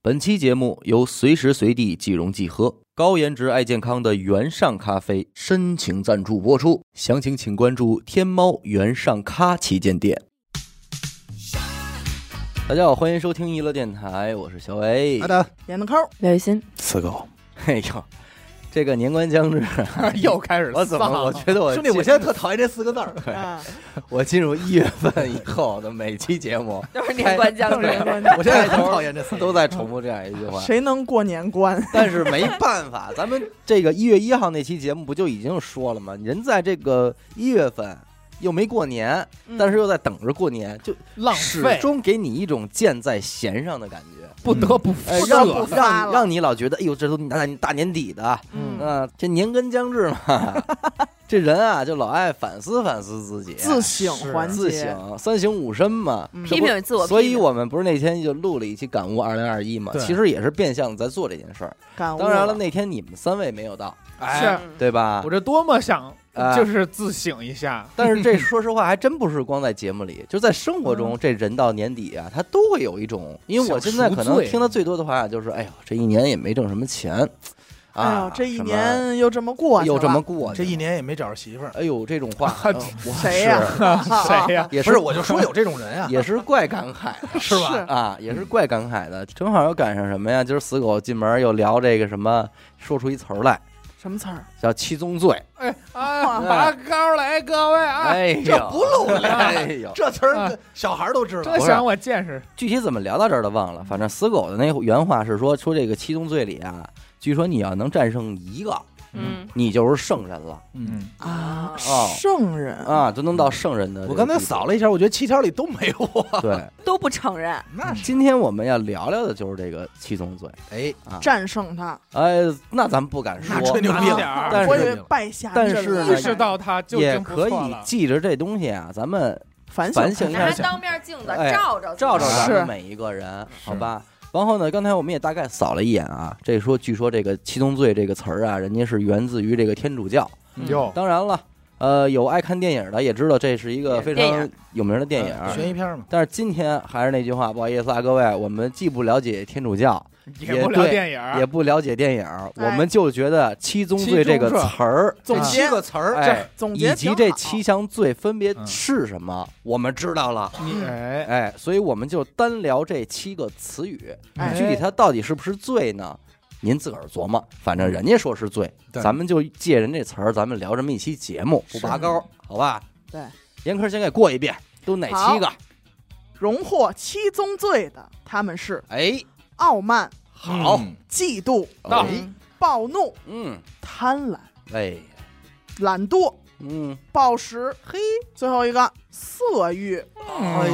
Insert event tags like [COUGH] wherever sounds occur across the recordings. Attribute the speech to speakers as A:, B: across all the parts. A: 本期节目由随时随地即溶即喝、高颜值爱健康的原上咖啡深情赞助播出。详情请关注天猫原上咖旗舰店。大家好，欢迎收听娱乐电台，我是小伟。
B: 的，
C: 点子抠，
D: [LAUGHS]
E: 刘雨欣，
B: 死狗，
A: 哎呦，这个年关将至，啊
B: [LAUGHS] 又开始
A: 我怎么？我觉得我
B: 兄弟，
A: 进
B: 我现在特讨厌这四个字儿。
C: 啊，
A: 我进入一月份以后的每期节
B: [LAUGHS]
A: 目
E: 都是 [LAUGHS] 年关将
C: 都是年
E: 至。
C: 关将
B: 我现在很讨厌这四个字儿。
A: 都在重复这样一句
B: [LAUGHS]
A: 话，
C: [LAUGHS] 谁能过年关？ [LAUGHS]
A: 但是没办法，咱们这个一月一号那期节目不就已经说了吗？人在这个一月份又没过年，
D: 嗯
C: 嗯
A: 但是又在等着过年，就
B: 浪
A: 始
B: 费，
A: 终给你一种箭在弦上的感觉，
B: 不得不
A: 哎，
C: 不
B: 服
C: 得
B: 这
A: 让
C: 不
B: 个。
C: 发
A: 让
C: 了
A: 让你老觉得，哎呦，这都大大年底的，
C: 嗯
A: 嗯、这年根将至
C: [LAUGHS]
A: 嘛，这人啊就老爱反思反思自己，
C: 自省环
A: 啊
C: 节，
A: 自省，三省五申嘛，
C: 嗯
A: 这
E: 批
A: 不
E: 评自我批评
A: 所以我们不是那天就录了一期《感悟二零二一》嘛，
B: 对
A: 其实也是变相在做这件事儿。
C: 感悟。
A: 当然了，，那天你们三位没有到，
D: 嗯
B: 哎，
A: 对吧
D: 我？ [LAUGHS] 这多么想
A: 啊
D: 就是自省一下，
A: 但是这 [LAUGHS] 说实话还真不是光在节目里，就在生活中，这人到年底啊，他都会有一种，因为我
B: 想
A: 现在
B: 赎
A: 可能
B: 罪
A: 听的最多的话就是，哎呦，这一年也没挣什么钱，
C: 哎
A: 啊
C: 呦，，这一
A: 什么
C: 年又这么过去了，
A: 又这么过去
B: 这
A: 了，
B: 一年也没找着媳妇儿。
A: 哎呦，这种话，呃我
C: 谁呀
A: 是
C: 啊
D: [LAUGHS] 谁
C: [LAUGHS]
D: 呀？
A: 也
B: 不是，我就说有这种人 [LAUGHS] 啊，
A: 也是怪感慨的。
B: 是
C: 哎
B: 吧？
A: 啊，也是怪感慨的。正好又赶上什么呀？今儿死狗进门又聊这个什么，说出一词儿来，
C: 什么词儿？
A: 叫七宗罪。
D: 哎啊，拔高了，哎各位啊，
A: 哎呦，
B: 这不露
D: [LAUGHS]
A: 哎
B: 脸，
A: 呦，
B: [LAUGHS] 这词儿小孩儿都知道
D: 这。想我见识，嗯
A: 具体怎么聊到这儿的忘了，反正死狗的那原话是说，说这个七宗罪里啊，据说你要能战胜一个，
E: 嗯，
A: 你就是圣人了
B: 嗯，
C: 啊，
A: 哦
C: 圣人，
A: 啊，
D: 嗯
A: 就能到圣人的。
B: 我刚才扫。了一下，我觉得七条里都没有我。
A: 对，
E: 都不承认，
B: [LAUGHS] 那
A: 今天我们要聊聊的就是这个七宗罪。
B: 哎，
C: 战胜他。
A: 哎，那咱不敢说
B: 那，吹牛逼
D: 点
B: 了。
D: 儿
A: 啊但是
C: 我以为败下阵来
A: 但是呢
D: 意识到他就已
A: 也
D: 经不
A: 可以
D: 错了。
A: 记着这东西啊，咱们
C: 反
A: 反省一
E: 拿
A: 下
E: 当面镜子
A: 哎
E: 照照
A: 照照咱
C: 是
A: 们每一个人，好吧？然后呢，刚才我们也大概扫了一眼啊，这说据说这个“七宗罪”这个词儿啊，人家是源自于这个天主教。
B: 嗯
D: 哟，
A: 当然了，呃，有爱看电影的也知道这是一个非
E: 电
A: 常
E: 影
A: 有名的电影。
D: 嗯
A: 嗯
B: 悬疑片嘛，
A: 但是今天还是那句话，不好意思啊，各位，我们既不了解天主教，
D: 也不聊电影儿，
A: 也不了解电影，我们就觉得“七宗罪”这个词儿，
B: 这
C: 结
B: 七个词儿，
A: 哎，
C: 总
A: 以
C: 结
A: 及
C: 挺
A: 这
C: 好
A: 七项罪分别
B: 嗯
A: 是什么，我们知道了。
D: 你
A: [LAUGHS]
D: 哎，
A: 哎，所以我们就单聊这七个词语，
C: 哎
A: 具体它到底是不是罪呢？您自个儿琢磨，反正人家说是罪，
B: 对
A: 咱们就借人这词儿，咱们聊这么一期节目，不
B: 是
A: 拔高，好吧？
C: 对，
A: 严科先给过一遍，都哪七个？
C: 荣获七宗罪的，他们是
A: 哎，
C: 傲慢、
A: 好，
B: 嗯
C: 嫉妒、
D: 到
A: 哎
C: 暴怒、
A: 嗯，
C: 贪婪、
A: 哎，
C: 懒惰、
A: 嗯，
C: 暴食，嘿，最后一个色欲，
B: 哎，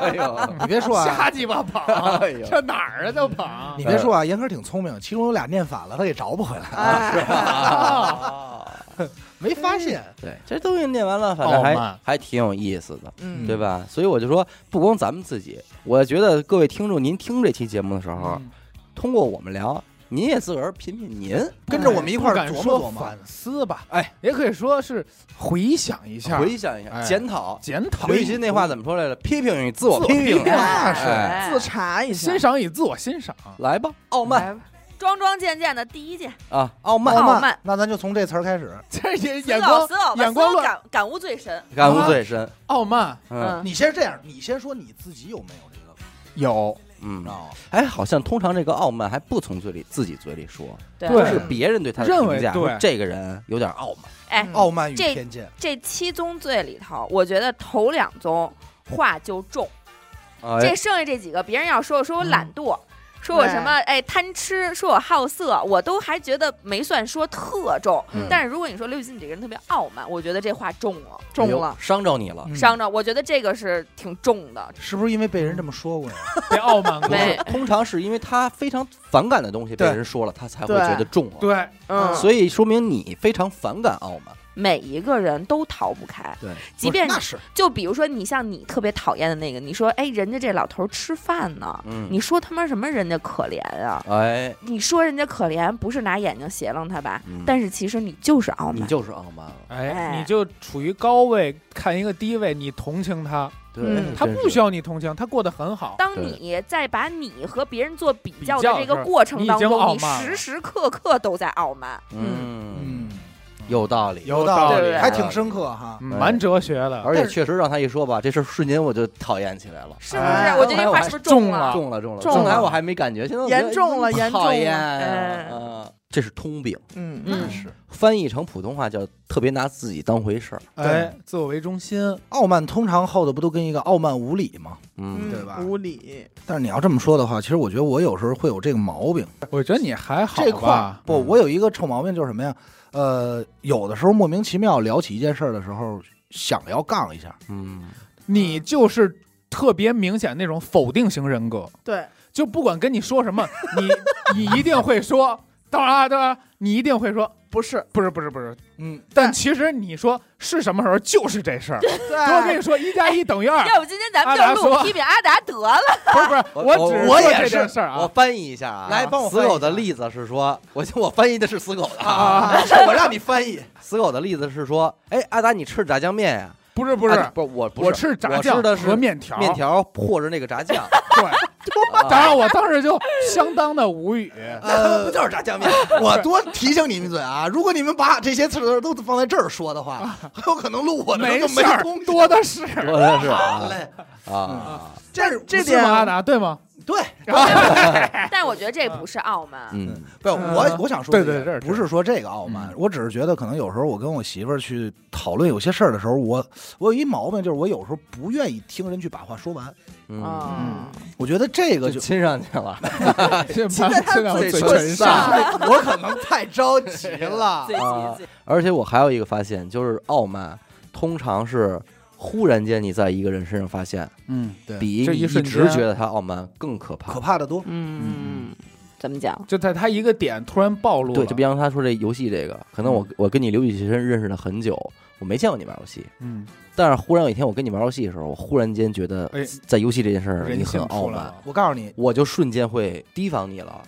A: 哎 [LAUGHS] 呦，
B: 你别说啊
D: [LAUGHS] 瞎，鸡巴捧
A: 哎呦，
D: [LAUGHS] 这哪儿啊都捧
B: 你别
A: 哎
B: 说啊，严科挺聪明，其中有俩念反了，他给找不回来了，
C: 哎，
B: 没发现。
A: 对，这东西念完了，反正
D: 傲
A: 还
D: 慢
A: 还挺有意思的。
C: 嗯，
A: 对吧？所以我就说，不光咱们自己，我觉得各位听众，您听这期节目的
D: 嗯
A: 时
D: 啊
A: 候，通过我们聊，您也自个儿品品您，
B: 跟着我们一块儿
D: 不敢
B: 琢磨琢
D: 说
B: 磨
D: 反，思吧，
A: 哎，
D: 也可以说是回想一下，
A: 回想一下，
D: 哎
A: 检讨。
D: 检讨，
A: 刘雨欣那话怎么说来着？批评与自
D: 自
A: 我
D: 我
A: 批评
D: 批，评
C: 那
D: 是
A: 哎
C: 啊自查一下
D: 欣，赏与自我欣赏，
A: 来吧，傲慢
E: 庄庄健健的第一件，
A: 啊，傲慢，
E: 傲
B: 慢
E: 慢
B: 那咱就从这词儿开始。
D: [LAUGHS] 这也
E: 死
D: 眼光
E: 狗死狗吧，
D: 眼光
E: 死狗
D: 乱
E: 感感悟最深，
A: 感悟最深。
D: 傲慢
A: 嗯
B: 你先这样，你先说你自己有没有这个，
D: 有，
A: 嗯
B: 知，道吗？
A: 哎，好像通常这个傲慢还不从嘴里自己嘴里说，
E: 对
A: 都
D: 对
A: 是别人对他的
D: 认为
A: 评价，
D: 对
A: 说这个人有点傲慢。
E: 哎，
B: 傲慢与
E: 这
B: 偏见，
E: 这七宗罪里头，我觉得头两宗话就重，
A: 哎
E: 这，剩下这几个，别人要说我说我懒惰，说我什么哎贪吃，说我好色，我都还觉得没算说特重。
A: 嗯
E: 但是如果你说刘雨欣你这个人特别傲慢，我觉得这话重了，
C: 中
A: 哎呦
C: 了，
A: 伤着你了。
B: 嗯
E: 伤着。我觉得这个是挺重的。
B: 是不是因为被人这么说过呀？
D: 别傲
E: [LAUGHS]
D: 慢
A: 不，
D: 过
A: 是
E: 没，
A: 通常是因为他非常反感的东西被
B: 对
A: 人说了，他才会
C: 对
A: 觉得重了。啊
D: 对，
C: 嗯，
A: 所以说明你非常反感傲慢，
E: 每一个人都逃不开。
A: 对，
E: 即便
B: 那是
E: 就比如说你像你特别讨厌的那个，你说哎，人家这老头儿吃饭呢，
A: 嗯，
E: 你说他妈什么人家可怜啊？
A: 哎，
E: 你说人家可怜，不是拿眼睛斜楞他吧？
A: 嗯
E: 但是其实你就是傲
A: 你
E: 慢，
A: 就是傲慢了，
D: 哎，
E: 哎
D: 你就处于高位看一个低位，你同情他，
A: 对，
D: 他
A: 真
D: 不
A: 是
D: 需要你同情，他过得很好。
E: 当
A: 对
E: 你在把你和别人做比较
D: 比
E: 的
D: 较
E: 这个
D: 是
E: 过程当
D: 你已经傲
E: 中，你
D: 慢了
E: 时时刻刻都在傲慢。
A: 嗯，
B: 嗯，
A: 有道理，
B: 有
D: 道啊
B: 道
E: 理
B: 还挺深刻哈。
D: 嗯
A: 哎
D: 蛮哲学的，
A: 而且
B: 但是
A: 确实让他一说吧，这事儿瞬间我就讨厌起来了。
E: 是不是？
D: 哎
E: 我
C: 嗯
E: 这句话是不是中
D: 哎
E: 了？
A: 中了中了，
E: 中
A: 刚才
D: 了
A: 我还没感觉，现在我觉得
C: 严重了
A: 嗯
C: 严重
A: 讨
C: 了
A: 厌啊
E: 哎
A: 啊这是通病，
C: 嗯
E: 嗯，
B: 是
A: 翻译成普通话叫特别拿自己当回事儿。
D: 哎，自我为中心，
B: 傲慢通常后的不都跟一个傲慢无礼吗？
A: 嗯，
B: 对吧
C: 无理，
B: 但是你要这么说的话，其实我觉得我有时候会有这个毛病。
D: 我觉得你还好
B: 这块儿
D: 吧？
B: 不，我有一个臭毛病，就是什么呀？呃，有的时候莫名其妙聊起一件事儿的时候，想要杠一下，
A: 嗯，
D: 你就是特别明显那种否定型人格，
C: 对，
D: 就不管跟你说什么，
A: [LAUGHS]
D: 你你一定会说，当然啊，当然啊，你一定会说
C: 不是，
D: 不是不是不是，
B: 嗯，
D: 但其实你说是什么时候就是
A: [LAUGHS]
D: 这事儿。我跟
C: 对，
D: 你说，一加一等于二，
E: 要不今天咱们
D: 阿达
E: 就录
D: 说
E: 批评阿达得了？
D: 不是不是，
A: 哎我
D: 只是
A: 我
D: 说
A: 也
D: 这
A: 是
D: 件事儿
A: 我
D: 啊。
A: 翻译一下啊，
B: 来帮我
A: 死
B: 翻译
A: 狗
B: 一
A: 的
B: 下
A: 例子是说，我我翻译的是死狗的
D: 啊，
B: [LAUGHS]
A: 没事我让你翻译。死狗的例子是说，哎，阿达你吃炸酱面呀？
D: 不是不是，
A: 啊不是我不
D: 我
A: 是
D: 吃炸
A: 我
D: 酱
A: 吃的
D: 和
A: 是
D: 面条，
A: 面条啊和着那个炸酱， [LAUGHS]
D: 对，当然我当时就相当的
A: [LAUGHS]
D: 无语。
A: 那不
B: 呃，
A: 就是炸酱面？
B: [LAUGHS] 我多提醒你们一嘴啊，如果你们把这些词儿都放在这儿说的话，很有可能录我的时候就
D: 事儿
B: 啊没通，知
D: 多的是。
A: 说的是
B: 好
A: 啊
B: 嘞。
A: 啊，
B: 但是
C: 这
D: 是
C: 点
D: 吗？阿达，对吗？
B: 对，
E: 但我觉得这不是傲慢，
A: 嗯
B: 不，
D: 嗯
B: 我我想说
D: 对对
B: 的也
D: 这是嗯
B: 不是说这个傲慢，我只是觉得可能有时候我跟我媳妇儿去讨论有些事儿的时候，我我有一毛病，就是我有时候不愿意听人去把话说完，
A: 嗯，
E: 啊，
B: 我觉得这个
A: 就
B: 就
A: 亲上去了。哎
D: 现
C: 现在他
D: 现在我
C: 嘴
D: 嘴
C: 唇
D: 唇
A: 上
D: 上，
B: 我可能太着急了
E: [LAUGHS] 自己自己
A: [LAUGHS] 而且我还有一个发现，就是傲慢通常是忽然间你在一个人身上发现，
D: 嗯，对
A: 比
D: 这
A: 你
D: 一瞬
A: 直
D: 间
A: 觉得他傲慢更可怕。
B: 可怕的多。
E: 嗯，怎么讲？
D: 就在他一个点突然暴露了，
A: 对，就比方他说这游戏这个，可能我我跟你刘雨其实认识了很久，我没见过你玩游戏，
D: 嗯，
A: 但是忽然有一天我跟你玩游戏的时候，我忽然间觉得
D: 哎
A: 在游戏这件事儿
D: 人
A: 你很
D: 性
A: 傲
D: 出来
A: 慢，
D: 了，
B: 我告诉你，
A: 我就瞬间会提防你了。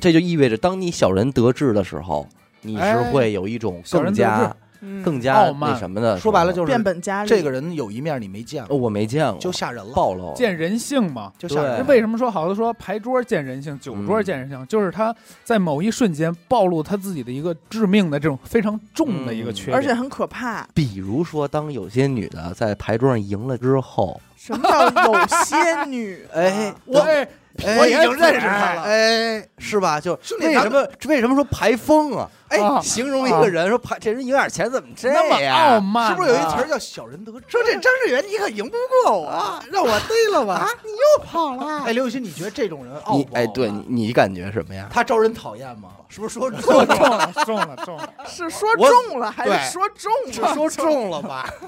A: 这就意味着，当你小人得志的时候，你是
D: 哎
A: 会有一种
D: 小
A: 更
D: 人得
A: 加
C: 嗯
A: 更加
D: 傲
A: 那
D: 慢
A: 什么的时候。
B: 说白了就
C: 变
B: 是
C: 本加厉，
B: 这个人有一面你没见
A: 哦
B: 过，
A: 我没见过，
B: 就吓人了，
A: 暴露了
D: 见人性嘛。
B: 就吓
A: 对
D: 那
B: 人了。
D: 为什么说好多说牌桌见人性，酒桌见人性？就是他在某一瞬间暴露他自己的一个致命的这种非常重的一
A: 嗯
D: 个缺点，
C: 而且很可怕。
A: 比如说，当有些女的在牌桌上赢了之后，？
C: 什么叫有些女啊
A: 哎，
D: 我哎
B: 我已经认识
D: 哎
B: 他了，哎，
A: 是吧？就
B: 兄弟
A: 为
B: 咱
A: 什么为什么说牌疯啊？哎，
D: 啊
A: 形容一个人说牌这人赢点钱怎么这
D: 那么傲
A: 样？
D: 慢，啊
B: 是不是有一词儿？叫小人得志？说这张志远你可赢不过我啊，让我逮了吧！啊，你又跑了。哎，刘雨欣，你觉得这种人傲
A: 你
B: 不傲
A: 哎，对
B: 慢
A: 你你感觉什么呀？
B: 他招人讨厌吗？是不是说
D: 中
B: 中了？
D: 了，中了，中了！
C: 哎是说
A: 我
C: 中了还
B: 对
C: 是说中
D: [LAUGHS]
B: 是
C: 了？
B: 说中了吧？ [LAUGHS]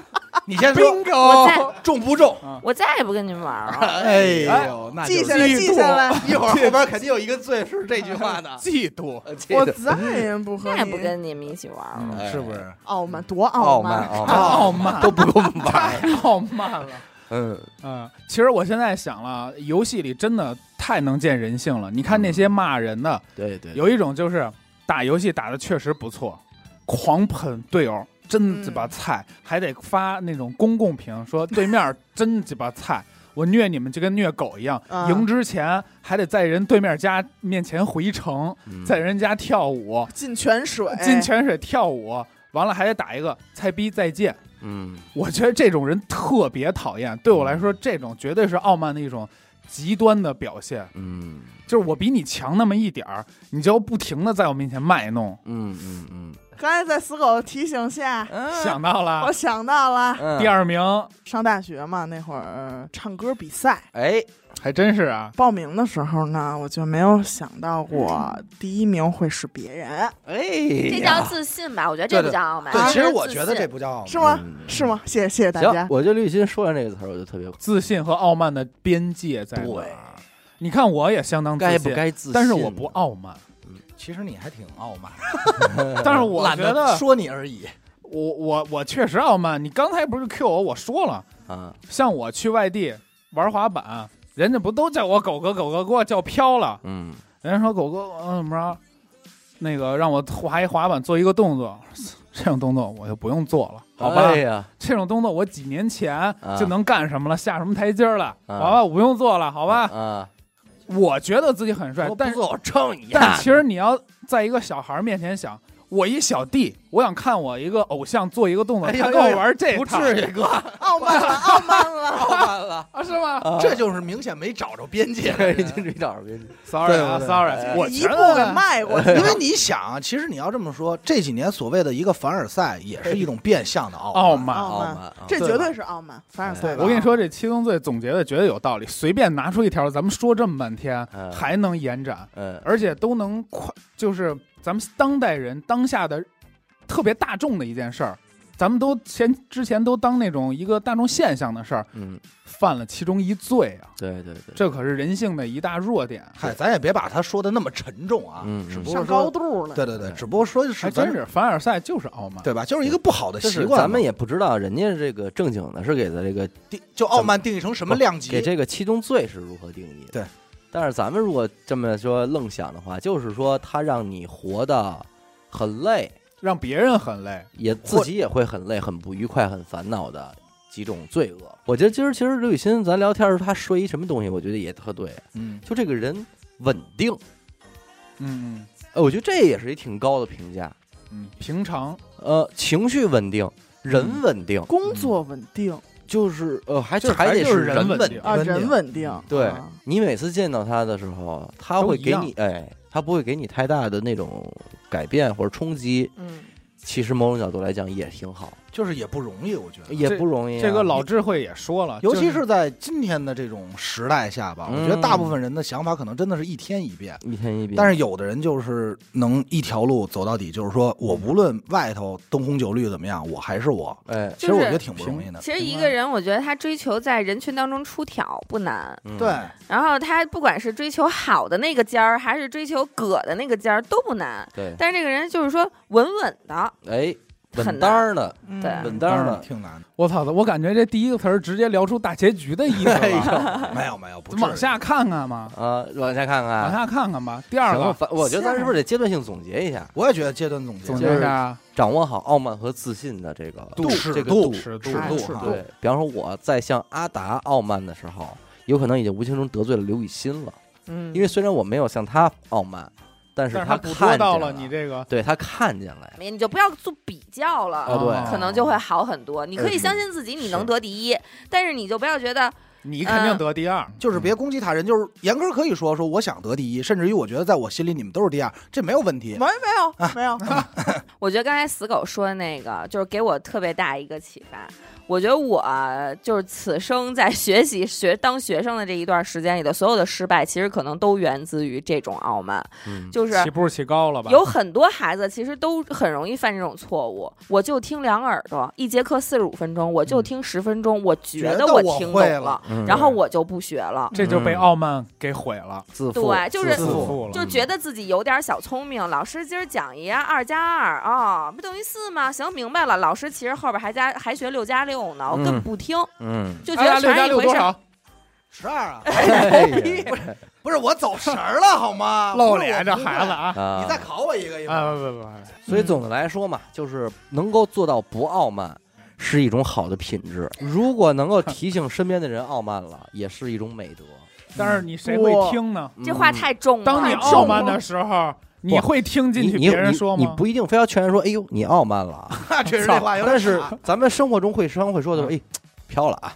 B: 你先说
D: bingo，。
E: 在
B: 中不中？
E: 我再也不跟你们玩了。
B: 哎呦，那
C: 记
B: 就是
C: 下来，记下来。
B: 一会儿后边肯定有一个最是这句
A: [LAUGHS]
B: 话的
D: 嫉妒，
A: 呃这
C: 我
A: 个
C: 再也不和
E: 再也不
C: 你
E: 跟你们一起玩
A: 哎
E: 了。
D: 嗯，是不是？
C: 傲慢，多
A: 傲
C: 慢！
A: 傲
D: 太
A: 慢，
B: [LAUGHS]
D: 傲慢，
A: 啊都不够玩。
D: 太傲慢了。
A: 嗯，
D: 嗯，其实我现在想了，游戏里真的太能见人性了。你看
A: 嗯
D: 那些骂人的，
A: 对对，
D: 有一种就是打游戏打的确实不错，狂喷队友，真鸡巴菜，还得发那种公共屏说对面真鸡巴菜。我虐你们就跟虐狗一样，
C: 啊
D: 赢之前还得在人对面家面前回城，
A: 嗯
D: 在人家跳舞，
C: 进泉水，
D: 进泉水跳舞，完了还得打一个菜逼再见。
A: 嗯
D: 我觉得这种人特别讨厌，对我来说，这种绝对是傲慢的一种极端的表现，
A: 嗯
D: 就是我比你强那么一点儿，你就要不停的在我面前卖弄。
A: 嗯嗯嗯
C: 刚才在死狗的提醒下，
A: 嗯，
D: 想到了
C: 我想到了
A: 嗯
D: 第二名，
C: 上大学嘛，那会儿唱歌比赛。
A: 哎，
D: 还真是啊，
C: 报名的时候呢，我就没有想到过第一名会是别人，
A: 哎
E: 这
A: 呀，
E: 叫自信吧？我觉得这不叫傲慢。
B: 对，其实
E: 这是
B: 我
E: 自
B: 觉得这
E: 信
B: 不叫傲慢
C: 是吗
A: 嗯？
C: 是吗？谢谢谢谢大
A: 行
C: 家，。
A: 我觉得刘雨欣说完这个词儿，我就特别
D: 自信和傲慢的边界在哪
A: 对
D: 儿？你看我也相当自信，
A: 该不该自信？啊
D: 但是我不，傲慢，
B: 其实你还挺傲慢，
A: 嗯
D: 但是我
B: 懒
D: 觉
B: 得
D: 得
B: 说你而已。
D: 我我我确实傲慢。你刚才不是 Q 我，我说了，
A: 啊，
D: 像我去外地玩滑板，人家不都叫我狗哥狗哥，给我叫飘了。
A: 嗯，
D: 人家说狗哥，嗯，怎么着？那个让我滑一滑板做一个动作，这种动作我就不用做了，好吧？
A: 哎呀，
D: 这种动作我几年前就能干什么了，下什么台阶儿了，
A: 啊
D: 好吧，我不用做了，好
A: 好
D: 吧？
A: 啊，
D: 我觉得自己很帅
A: 我，不
D: 但是
A: 做我撑你
D: 但
A: 呀，
D: 其实你要在一个小孩儿面前想，我一小弟，我想看我一个偶像做一个动作，
A: 哎呀
D: 他跟我玩这
A: 不
D: 套，
A: 至于哥，
C: 傲慢了，傲慢
A: [LAUGHS]
C: 了。
A: 完了，
D: 啊，是吗
A: 啊
B: 这就是明显没找着边界。
A: 这已经没找着边界，
D: ？Sorry
B: 对
D: 啊
B: 对对
A: 哎
D: ，Sorry，我
C: 一
D: 觉
C: 步给
D: 得
C: 迈过去
B: [LAUGHS] 因
C: 了，
B: 为你想啊，其实你要这么说，这几年所谓的一个凡尔赛，也是一种变相的傲
D: 傲
B: 慢。
D: 慢。
C: 傲
A: 好
C: 慢
A: 嘛，啊
C: [LAUGHS] 这
D: 对
C: 绝
D: 吧
C: 对是傲慢，凡尔赛
A: 对
C: 吧。
D: 我跟你说，这七宗罪总结的绝对有道理。随便拿出一条，咱们说这么半天
A: 嗯，
D: 还能延展，
A: 嗯，
D: 而且都能快，就是咱们当代人当下的特别大众的一件事儿，咱们都前之前都当那种一个大众现象的事儿，
A: 嗯，
D: 犯了其中一罪啊，
A: 对对对，
D: 这可是人性的一大弱点。
B: 嗨，咱也别把他说的那么沉重啊，
A: 嗯
B: 只不过
C: 上
B: 说
C: 高度了，
B: 对对对，只不过说的
D: 还
B: 是咱
D: 真是凡尔赛就是傲慢，
B: 对吧？就是一个不好的
A: 就是
B: 习惯嘛，
A: 咱们也不知道人家这个正经的是给的这个
B: 定就傲慢定义成什么量级
A: 给？这个七宗罪是如何定义的。
B: 对，
A: 但是咱们如果这么说愣想的话，就是说他让你活得很累，
D: 让别人很累。
A: 也自己也会很累、很不愉快、很烦恼的几种罪恶。我觉得今儿其实刘雨欣咱聊天的时候，他说一什么东西，我觉得也特对，
B: 嗯，
A: 就这个人稳定。
D: 嗯
A: 哎，我觉得这也是一挺高的评价。
D: 嗯，平常
A: 呃，情绪稳定，人稳定，
C: 工作稳定
A: 嗯就是呃，还
D: 就是
A: 还
D: 还
A: 得
D: 就是人哎
A: 人
D: 稳
A: 定
D: 定。
C: 啊，
B: 稳定
C: 人稳定，
A: 对
C: 啊
A: 你每次见到他的时候，他
D: 都
A: 会
D: 一
A: 给
D: 样
A: 你，哎，他不会给你太大的那种改变或者冲击。
C: 嗯，
A: 其实某种角度来讲也挺好，
B: 就是也不容易，我觉得。
A: 也不容易啊、
D: 这个老智慧也说了，
B: 尤其
D: 啊就是
B: 在今天的这种时代下吧，
A: 嗯
B: 我觉得大部分人的想法可能真的是一天一变，
A: 一天一变，
B: 但是有的人就是能一条路走到底，就是说我无论外头灯红酒绿怎么样，我还是我。
A: 哎，
B: 其
E: 就
B: 实
E: 是
B: 我觉得挺不容易的。
E: 其实一个人，我觉得他追求在人群当中出挑不难，
A: 嗯
B: 对，
E: 然后他不管是追求好的那个尖儿，还是追求葛的那个尖儿都不难。
A: 对，
E: 但是这个人就是说稳稳的，
A: 哎，
E: 很
A: 稳当儿的，
C: 嗯
E: 对
A: 稳当儿的，
B: 挺难的。
D: 我操的，我感觉这第一个词儿直接聊出大结局的意思了。
B: 没有没有，不至于
D: 往下看看嘛，
A: 啊，往下看
D: 往
A: 看，
D: 下看看吧。第
A: 行
D: 二
A: 了，
D: 个
A: 反我觉得咱是不是得阶段性总结一下，
B: 我也觉得阶段总结
D: 总
A: 就
D: 结一
A: 是
D: 下，
A: 掌握好傲慢和自信的这个
B: 度
A: 这
B: 尺
A: 个
B: 度
D: 尺度
B: 尺
C: 哎
B: 度
C: 尺
B: 哈
C: 度
A: 对，比方说我在向阿达傲慢的时候，有可能已经无形中得罪了刘雨欣了，
C: 嗯，
A: 因为虽然我没有向他傲慢，但是
D: 但是
A: 他
D: 他捕捉
A: 看
D: 到
A: 见
D: 了你，这个，
A: 对他看见了呀，
E: 你就不要做比较了。
A: 哦对，
E: 可能就会好很多。你可以相信自己，你能得第一，但是你就不要觉得
D: 你肯
E: 嗯
D: 定得第二。
B: 就是别攻击他人，就是严格可以说说我想得第一，甚至于我觉得在我心里你们都是第二，这没有问题
C: 没。没有没有，
E: 我觉得刚才死狗说的那个，就是给我特别大一个启发。我觉得我就是此生在学习学当学生的这一段时间里的所有的失败，其实可能都源自于这种傲慢，
A: 嗯，
E: 就是
D: 起步起高了吧？
E: 有很多孩子其实都很容易犯这种错误。我就听两耳朵，一节课四十五分钟，我就听十分钟，我觉得我听
B: 觉得我会
E: 懂
B: 了，
A: 嗯
E: 然后我就不学了。
D: 这就被傲慢给毁了。
A: 自负，
E: 对就是
A: 自
D: 自
A: 负
D: 负了
E: 就觉得自己有点小聪明，老师今儿讲一二加二啊，不等于四吗？行，明白了。老师其实后边还加还学六加六呢，我根本不听，
A: 嗯，
E: 就觉
D: 哎呀，
E: 得
D: 六
E: 全
D: 加
E: 是一
D: 六
E: 回
D: 多
E: 事儿。
D: 少？
B: 十二 [LAUGHS] 啊，
A: 哎呀
B: 不是我走神儿了好吗？
D: 露脸这
B: 不是我不会
D: 孩 [LAUGHS] 子，啊！
A: 啊
B: 你再考我一个一个。
D: 啊不不不，
A: 所以总的来说嘛，就是能够做到不傲慢，是一种好的品质。如果能够提醒身边的人傲慢了，也是一种美德。
D: 但是你谁会听呢？
E: 这
A: 嗯
E: 话太重了。
D: 当你
E: 嗯太重
D: 傲慢的
E: 了
D: 时候，你会听进
A: 你
D: 去
A: 你
D: 别人说
A: 你
D: 吗？
A: 不一定非要劝人说，哎呦，你傲慢了
D: [LAUGHS]
A: 啊。
B: [LAUGHS] 那确实这话有点
A: 但是
B: 傻
A: 咱们生活中会生会说
D: 嗯
A: 的，哎，飘了啊，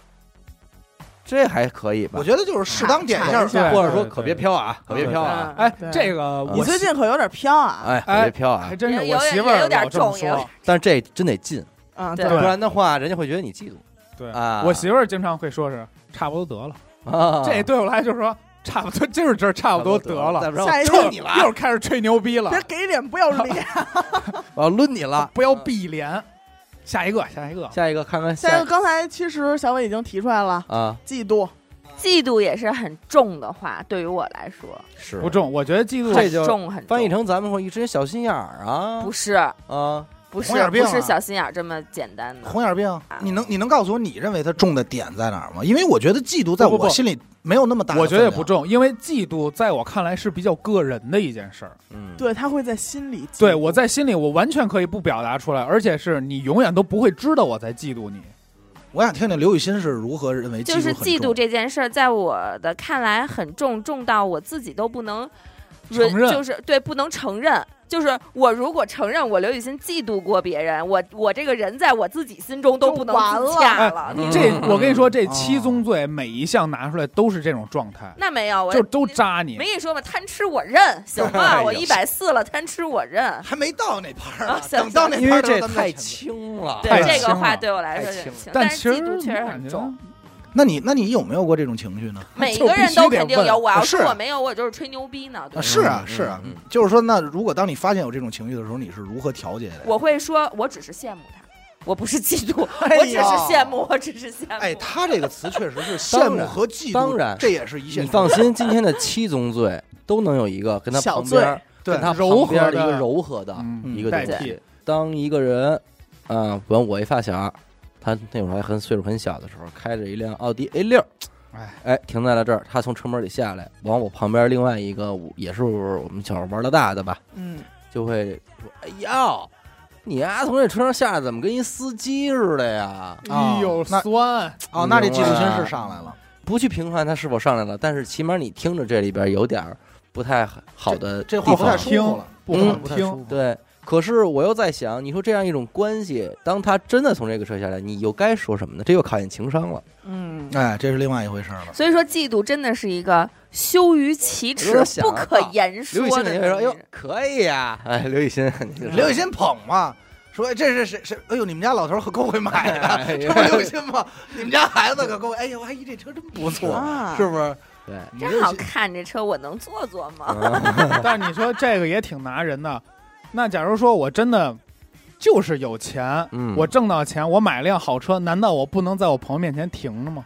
A: 这还可以吧
B: 我？觉得就是适当点一下
C: 差一下
D: 对
A: 或者说可别飘啊，可
D: 对
A: 别
D: 对
A: 飘啊，
D: 哎
C: 对，
D: 这个
A: 啊
D: 我
C: 你最近可有点飘啊，
A: 哎，可别飘啊
D: 还。真是
E: 也有
D: 我
E: 点
D: 媳妇
E: 也
D: 儿
E: 有点
D: 老这么
E: 重也有
D: 说
E: 点。
A: 但是这真得禁，
C: 啊，
E: 对
C: 对
A: 不，然的话，人家会觉得你嫉妒
D: [LAUGHS] 对
A: 啊
D: 我媳妇儿经常会说是差不多得了，
A: 啊。
D: 这对我来就是说差不多，就是这儿差不多得
A: 再
D: 了，
A: 不然
C: 下一
D: 又
C: 次
D: 你了，又开始吹牛逼了
C: 别，给脸不要脸，
A: 我要抡你了。
D: 不要闭脸。下一个，下一个，
A: 下一个看看
C: [LAUGHS] 下一
A: 一
C: 个刚才其实小伟已经提出来了，
A: 啊，
C: 嫉妒，
E: 嫉妒也是很重的话，对于我来说，
A: 是
D: 不重，我觉得嫉妒
A: 这就
E: 很重很重。
A: 翻译成咱们会一直小心眼儿啊，
E: 不是
A: 啊，
E: 不是
B: 红眼病
E: 不是
B: 啊
E: 小心眼儿这么简单的。
B: 红眼病，你能你能告诉我你认为他中的点在哪儿吗？因为我觉得嫉妒在
D: 不不
B: 我
D: 不
B: 心里没有那么大的
D: 我
B: 分
D: 觉
B: 量，
D: 得也不重，因为嫉妒在我看来是比较个人的一件事儿。
A: 嗯，
C: 对他会在心里记
D: 对
C: 住
D: 我在心里，我完全可以不表达出来，而且是你永远都不会知道我在嫉妒你。
B: 我想听听刘雨欣是如何认为
E: 就
B: 很
E: 是嫉妒
B: 重
E: 这件事儿，在我的看来很重，重到我自己都不能
D: 承认
E: 就是对不能承认。就是我如果承认我刘雨欣嫉妒过别人，我我这个人在我自己心中都不能
C: 就完了
E: 自洽了。
A: 哎
E: 你
D: 这我跟你说，这
B: 哦
D: 七宗罪每一项拿出来都是这种状态，
E: 那没有，我
D: 就都扎你
E: 没。跟你说吗？贪吃我认，行
A: 哎
E: 吗？
A: 呦
E: 我一百四了，贪吃我认。
B: 还没到那盘儿
E: 啊
B: 呢，
E: 行
B: 等到那
A: 因
B: 盘
A: 为
B: 儿的时候
A: 这
B: 咱们
A: 太
B: 再讲。
A: 轻了，
D: 太
E: 对
D: 轻
E: 这个话
D: 了
E: 对我来
A: 太
E: 说是
A: 轻了
E: 很轻，
D: 但
E: 是
D: 其实
E: 嫉妒确实很重。
B: 那你那你有没有过这种情绪呢？
E: 每一
D: 就
E: 个
D: 必
E: 人
D: 须
E: 都
D: 得
E: 肯定
D: 问
E: 有，我要
B: 啊是
E: 说我没有，我就是吹牛逼呢。对
B: 啊，
E: 吧
B: 是啊
A: 嗯
B: 是啊
A: 嗯嗯，
B: 就是说，那如果当你发现有这种情绪的时候，你是如何调节的？
E: 我会说，我只是羡慕他，我不是嫉妒，
B: 哎
E: 我只是
B: 呀
E: 羡慕，我只是羡慕。
B: 哎，他这个词确实是羡慕和嫉妒，
A: 当然
B: 这也是一线。
A: 你放，心，今天的七宗罪都能有一个跟他
C: 小
A: 旁边儿，
B: 罪
A: 跟他
D: 对
A: 旁边儿的一
D: 柔和
A: 个
D: 的
A: 柔和的
D: 嗯
A: 一个
D: 代
A: 东
E: 对
D: 替
A: 西。当一个人，啊，比方我一发小，他那会儿还很岁数很小的时候，开着一辆奥迪 A 六，
D: 哎
A: 哎，停在了这儿，他从车门里下来，往我旁边另外一个我也是我们小时候玩到大的吧，
C: 嗯，
A: 就会说：“哎呦，你丫、从这车上下来怎么跟一司机似的呀？”
D: 哎呦，
B: 哦那
D: 酸！
B: 哦，那这嫉
A: 明
B: 妒
A: 白
B: 心
A: 了
B: 是上来了，
A: 不去评判他是否上来了，但是起码你听着这里边有点儿不太好的
B: 这
A: 地
B: 话不太
A: 方。
B: 舒服了，
D: 不
A: 嗯
D: 好
B: 不太舒
D: 听，
B: 服。，
A: 对，可是我又在想，你说这样一种关系，当他真的从这个车下来，你又该说什么呢？这又考验情商了，
C: 嗯，
B: 哎，这是另外一回事儿了。
E: 所以说，嫉妒真的是一个羞于启
A: 有
E: 齿
A: 点、想
E: 不
A: 得
E: 可
A: 到
E: 言
A: 刘雨
E: 说
A: 欣肯
E: 的那
A: 定会说：“
E: 种人。
A: 哎呦，可以呀、哎，刘雨欣，你就说
B: 刘雨欣捧嘛，说这是谁谁？哎呦，你们家老头儿可够会买
A: 哎
B: [LAUGHS] 的，这不是刘雨欣吗？你们家孩子可够……哎呦，阿姨这车真不错，
C: 啊，
B: 是不是？
A: 对，
B: 你
E: 真
B: 刘雨
E: 好
B: 欣
E: 看，这车我能坐坐吗？
A: 嗯
D: 但是你说这个也挺拿人的。那假如说我真的就是有钱，
A: 嗯
D: 我挣到钱，我买辆好车，难道我不能在我朋友面前停着吗？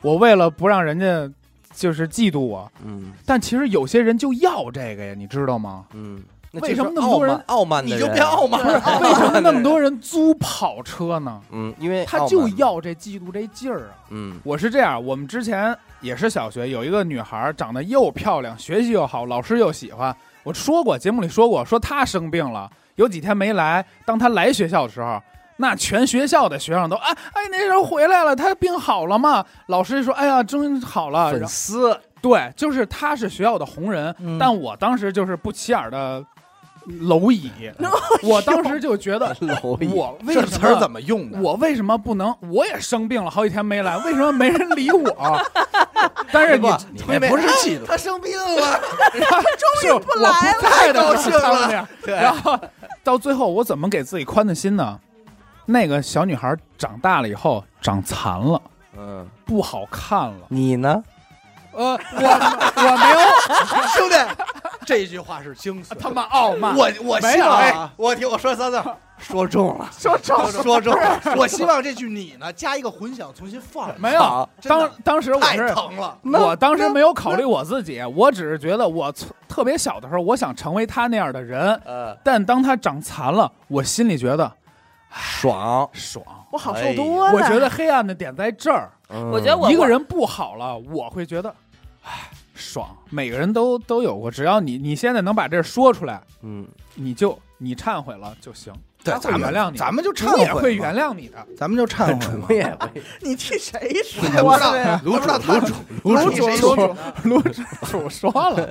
D: 我为了不让人家就是嫉妒我，
A: 嗯
D: 但其实有些人就要这个呀，你知道吗？
A: 嗯，那
D: 为
A: 就是
D: 什么那么多人
A: 傲慢傲慢的
B: 你
A: 人？
B: 就变傲慢了。
D: 为什么那么多人租跑车呢？
A: 嗯，因为
D: 他
A: 傲
D: 就
A: 慢
D: 要这嫉妒这劲儿啊！
A: 嗯
D: 我是这样，我们之前也是小学有一个女孩儿，长得又漂亮，学习又好，老师又喜欢。我说过节目里说过，说她生病了，有几天没来。当她来学校的时候，那全学校的学生都哎哎，那时候回来了，她病好了吗？老师说哎呀，真好了。
A: 粉
D: 然后
A: 丝
D: 对，就是她是学校的红人，
B: 嗯
D: 但我当时就是不起眼的蝼
B: [LAUGHS]
D: 蚁，我当时就觉得
A: 蝼蚁
D: 我为什
B: 这
D: 么
B: 哎词儿怎么用的？
D: 我为什么不能？我也生病了好几天没来，为什么没人理我？但是你
B: 你也不是嫉妒，他啊生病了， [LAUGHS]
D: [LAUGHS] 终于不来了，太高兴了。然后到最后，我怎么给自己宽的心呢？那个小女孩长大了以后长残了，
A: 嗯，
D: 不好看了。
A: 你呢？
D: 呃，我我没有
B: 兄弟， [LAUGHS] 这句话是精髓。
D: 他妈傲慢，
B: 我我
D: 没
B: 希
D: 有
B: 望，
D: 哎
B: 哎我听我说三次， [LAUGHS] 说中了，说中了，说中了。我希望这句你呢，加一个混响，重新放。
D: 没有。
B: 真的
D: 当当时我
B: 太
D: 是
B: 疼了，
A: 那
D: 我当时没有考虑我自己，我只是觉得我从特别小的时候，我想成为他那样的人。
A: 呃，
D: 但当他长残了，我心里觉得
A: 爽。
D: 爽。
C: 我好
B: 哎
C: 受多了，
D: 我觉得黑暗的点在这儿，
A: 嗯
E: 我觉得我
D: 一个人不好了，我会觉得，唉，爽。每个人都都有过，只要你你现在能把这说出来，
A: 嗯，
D: 你就你忏悔了就行，
B: 对
D: 他会
B: 咱
D: 原
B: 们
D: 谅你，
B: 咱们就忏
D: 主也
B: 悔
D: 会
B: 嘛
D: 原谅你的。
B: 咱们就忏悔嘛。
A: 也会
C: [LAUGHS] 你替谁 [LAUGHS] 说
B: 也不知道
C: 的
B: [LAUGHS]
C: 呀？
B: 不知道他
D: 卤
B: 谁
D: 煮
B: 说
D: 卤煮卤煮主说
B: [LAUGHS]
D: 了，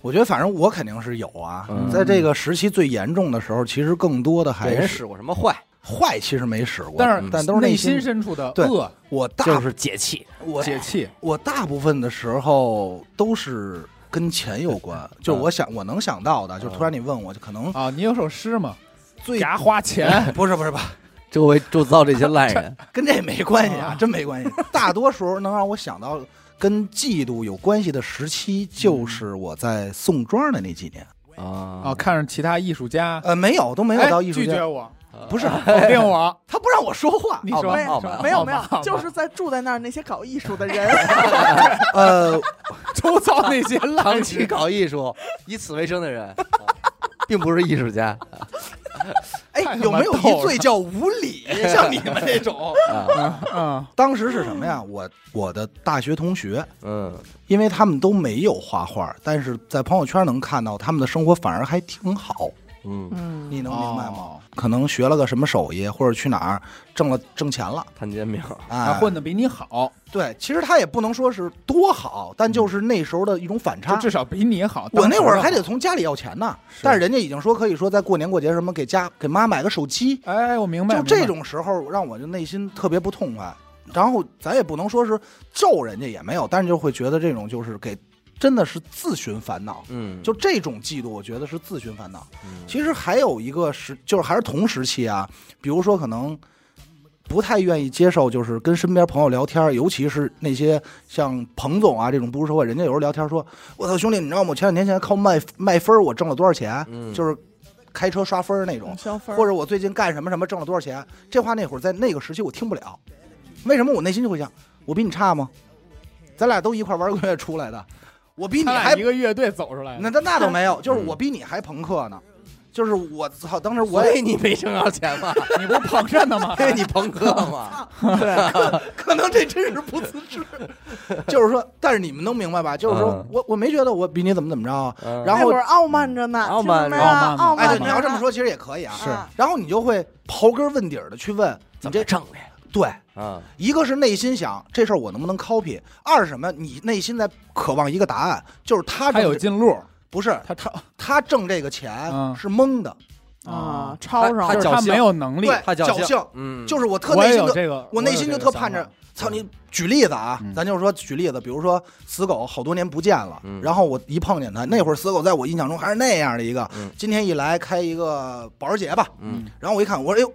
B: 我觉得反正我肯定是有啊
A: 嗯，
B: 在这个时期最严重的时候，其实更多的
A: 给
B: 还
A: 人
B: 是
A: 使过什么坏？
B: 坏，其实没使过，
D: 但是
B: 嗯但都是
D: 内
B: 心
D: 心。深处的
B: 对
D: 恶
B: 我大
A: 就是解气。
B: 我
D: 解气。
B: 我大部分的时候都是跟钱有关，就是我想我能想到的，就突然你问我，就可能
D: 啊！你有首诗吗？
B: 最
D: 牙花
B: [LAUGHS]
D: 钱，
B: 嗯不是不是吧，
A: 周围周遭这些烂人，
B: 跟这没关系
D: 啊，
B: 啊真没 [LAUGHS] 关系。大多时候能让我想到跟嫉妒有关系的时期，就是我在宋庄的那几年。
A: 啊
D: 啊，看着其他艺术家，
B: 呃，没有，都没有
D: 哎
B: 到艺术
D: 拒绝
B: 家，
D: 我，
B: 不是
D: 否定我，
B: 他不让我说话
D: 你。
A: 傲
D: 说
A: 慢
C: 没有
A: 傲慢
C: 没有
D: 傲
C: 没
D: 慢傲
C: 有，
D: 慢
C: 就是在住在那儿那些搞艺术的人，
B: [LAUGHS] 呃，
D: 周遭那些
A: [LAUGHS] 长
D: 浪
A: 期啊搞艺术、以此为生的人，并不是艺术家。
B: 哎，
D: 太他妈
B: 有没有
D: 逗
B: 一罪叫无 [LAUGHS] 理？像你们这 [LAUGHS] 种，
D: 了啊？
B: 当时是什么呀？我我的大学同学，
A: 嗯，
B: 因为他们都没有画画，但是在朋友圈能看到他们的生活反而还挺好，
A: 嗯，
C: 嗯，
B: 你能明白吗？
D: 哦？
B: 可能学了个什么手艺，或者去哪儿挣了挣钱了，
A: 摊煎饼，
B: 哎，
D: 还混得比你好，
B: 对，其实他也不能说是多好，但就是那时候的一种反
D: 就
B: 差。
D: 至少比你好。
B: 我
D: 当
B: 那
D: 时
B: 会儿
D: 的
B: 还得
D: 好
B: 从家里要钱呢，但是人家已经说可以说在过年过节什么给家给妈买个手机，
D: 哎，我明白，
B: 就
D: 明白
B: 这种时候让我就内心特别不痛快。然后咱也不能说是咒人家也没有，但是就会觉得这种就是给真的是自寻烦恼。
A: 嗯，
B: 就这种嫉妒，我觉得是自寻烦恼。
A: 嗯
B: 其实还有一个时，就是还是同时期啊，比如说可能不太愿意接受，就是跟身边朋友聊天，尤其是那些像彭总啊这种步入社会，人家有时候聊天说：“我操，兄弟，你知道吗？我前两年前靠卖卖分儿我挣了多少钱？
A: 嗯
B: 就是开车刷分儿那种，
C: 嗯消费
B: 或者我最近干什么什么挣了多少钱？”这话那会儿在那个时期我听不了，为什么我内心就会想：我比你差吗？咱俩都一块玩儿个月出来的，我比你
D: 他俩
B: 还
D: 一个乐队走出来的，
B: 那那那倒没有，就是我比你还朋克呢，就是我操，当时我
A: 所
B: 也
A: 以你没挣着钱嘛，
D: 你不是捧着呢
B: [LAUGHS]
D: 吗？
A: [LAUGHS] 因为你朋克 [LAUGHS] 嘛，
B: 可能这真是不自知， [LAUGHS] 就是说，但是你们能明白吧？就是说
A: 嗯
B: 我我没觉得我比你怎么怎么着啊，
A: 嗯
B: 然
C: 那
B: 后
C: 会儿傲慢着呢，
A: 傲慢着
C: 听到没有啊
D: 傲慢着
C: 傲
D: 呢
B: 哎，
C: 慢
B: 对，
C: 着
B: 你
C: 呢
B: 要这么说其实也可以啊，
D: 是
C: 啊
B: 然后你就会刨根问底儿的去问你这
A: 挣的呀？
B: 对，
A: 啊，
B: 一个是内心想这事儿我能不能 copy，二是什么？你内心在渴望一个答案，就是他
D: 他
B: 挣
D: 有
B: 这
D: 近路，
B: 不是
D: 他他
B: 他挣这个钱
D: 嗯
B: 是蒙的，
C: 啊，抄上
A: 他
D: 就
C: 了
D: 是
A: 侥
D: 他
A: 幸
D: 没有能力，
B: 对，
A: 他
B: 侥
A: 幸
B: 幸，，
A: 嗯，
B: 就是是我特
D: 我
B: 内
D: 也
B: 心
D: 有
B: 的。
D: 这个，
B: 我内心就特盼着，操你！举例子啊，
D: 嗯
B: 咱就是说举例子，比如说死狗好多年不见了，
A: 嗯
B: 然后我一碰见他，那会儿死狗在我印象中还是那样的一个，
A: 嗯
B: 今天一来开一个保时捷吧，
A: 嗯
B: 然后我一看，我说哎呦，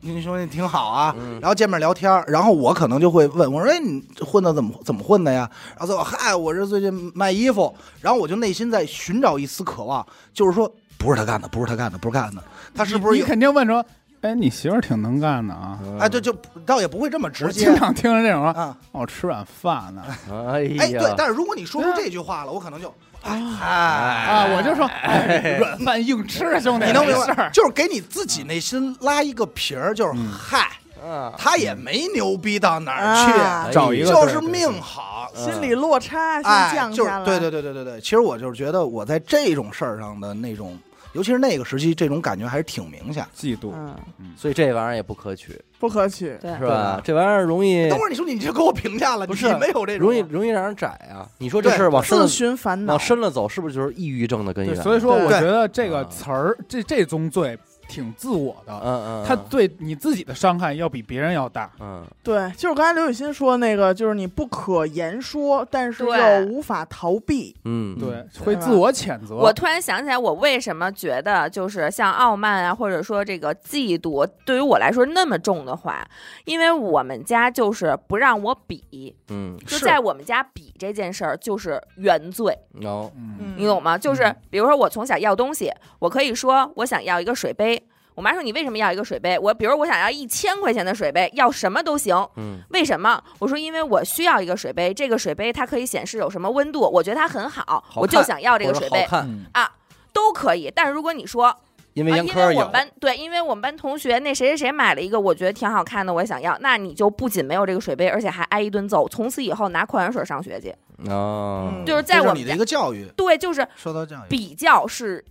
B: 您兄弟挺好啊。
A: 嗯
B: 然后见面聊天儿，然后我可能就会问我说：“哎，你混的怎么怎么混的呀？”然后最后嗨，我这最近卖衣服，然后我就内心在寻找一丝渴望，就是说不是他干的，不是他干的，不是他干的，
D: 他
B: 他是不是
D: 你
B: 有？
D: 肯定问说，哎，你媳妇儿挺能干的啊！
B: 哎，对，，就倒也不会这么
D: 我
B: 直接
D: 经常听着这种说，
B: 啊。
D: 哦，吃软饭呢
A: 哎
B: 哎，
A: 呀，
B: 对，但是如果你说出这句话了，我可能就，哎，
D: 嗯啊，
A: 哎
D: 我就说哎软饭硬吃，兄弟，
B: 你能明
D: 没事
B: 白？
D: 儿
B: 就是给你自己内心拉一个皮儿，就是
D: 嗯
B: 嗨，
A: 嗯
B: 他也没牛逼到哪
C: 啊
B: 儿
A: 哎
D: 找一
B: 去，
D: 个
B: 就是命好。
A: 嗯
C: 心理落差先
B: 呃哎，
C: 降
B: 就是
C: 下来，
B: 对对对对对对，其实我就是觉得我在这种事儿上的那种，尤其是那个时期，这种感觉还是挺明显。
D: 嫉妒，
C: 嗯，
A: 所以这玩意儿也不可取，
C: 不可取，
E: 对
A: 是吧？这玩意啊儿容易
B: 等会儿你说你就给我评价了，
A: 不
B: 你
A: 是
B: 没有这种
A: 容易
B: 啊，
A: 容易让人窄啊！你说这
B: 对
A: 事儿往深
C: 自
A: 了
C: 寻烦恼
A: 往。深了走，是不是就是抑郁症的根
D: 对，
A: 源？
D: 所以说我
B: 对
D: 觉得这个
A: 啊
D: 词儿，这这宗罪挺自我的，
A: 嗯，嗯嗯，
D: 他对你自己的伤害要比别人要大。
A: 嗯
C: 对，就是刚才刘雨欣说那个，就是你不可言说，但是
E: 对
C: 又无法逃避。
A: 嗯，
D: 对，
B: 对
D: 会自我谴责。
E: 我突然想起来，我为什么觉得就是像傲慢啊，或者说这个嫉妒，对于我来说那么重的话，因为我们家就是不让我比，
A: 嗯，
E: 就是在我们家比这件事儿就是原罪，
A: 然后
D: 嗯，
E: 你懂吗？就是
D: 嗯
E: 比如说我从小要东西，我可以说我想要一个水杯，我妈说你为什么要一个水杯？我比如我想要一千块钱的水杯，要什么都行，
A: 嗯
E: 为什么？我说因为我需要一个水杯，这个水杯它可以显示有什么温度，我觉得它很好，
A: 好
E: 我就
A: 看
E: 想要这个
A: 或者
E: 水
A: 好
E: 杯。啊
A: 看，
B: 嗯
E: 都可以，但是如果你说
A: 因为
E: 啊
A: 严
E: 因
A: 苛
E: 为我
A: 有
E: 们班对，因为我们班同学那谁谁谁买了一个，我觉得挺好看的，我也想要。那你就不仅没有这个水杯，而且还挨一顿揍，从此以后拿矿泉水上学去。
A: 啊
C: 嗯，
E: 就是在
B: 这
E: 我
B: 是
E: 们
B: 你
E: 家
B: 的一，个教育，
E: 对，就是
B: 受到教育。
E: 比较是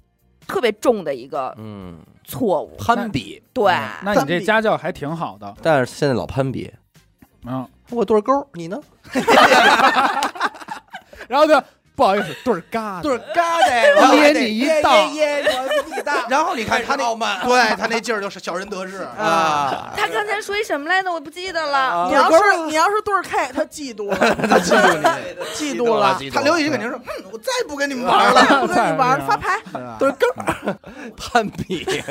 E: 特别重的一个
A: 嗯，
E: 错误。
A: 攀
D: 嗯
A: 比，
E: 对，
D: 那你这家教还挺好的。
A: 但是现在老攀比，
D: 嗯，
A: 我对勾，你呢？
D: 然后就不好意思， [LAUGHS] 对儿嘎的，
B: 对，嘎
F: 哎
B: 的，然后
D: 捏
B: 还得
D: 你一道
B: 耶，耶我比你大。然后你看他那傲慢，对他那劲儿就是小人得
A: [LAUGHS]
B: 志啊，
E: 他刚才说一什么来着？我不记得了。
C: 你要是你要是对儿 K，他嫉妒了，
B: 他嫉妒你。
C: [LAUGHS] 嫉妒了，
B: 他刘雨欣肯定是，哼，我再也不跟你们
A: [LAUGHS]
B: 玩了，
C: [LAUGHS] 不跟你玩儿，发牌。
B: 对吧？
A: 对勾，攀比，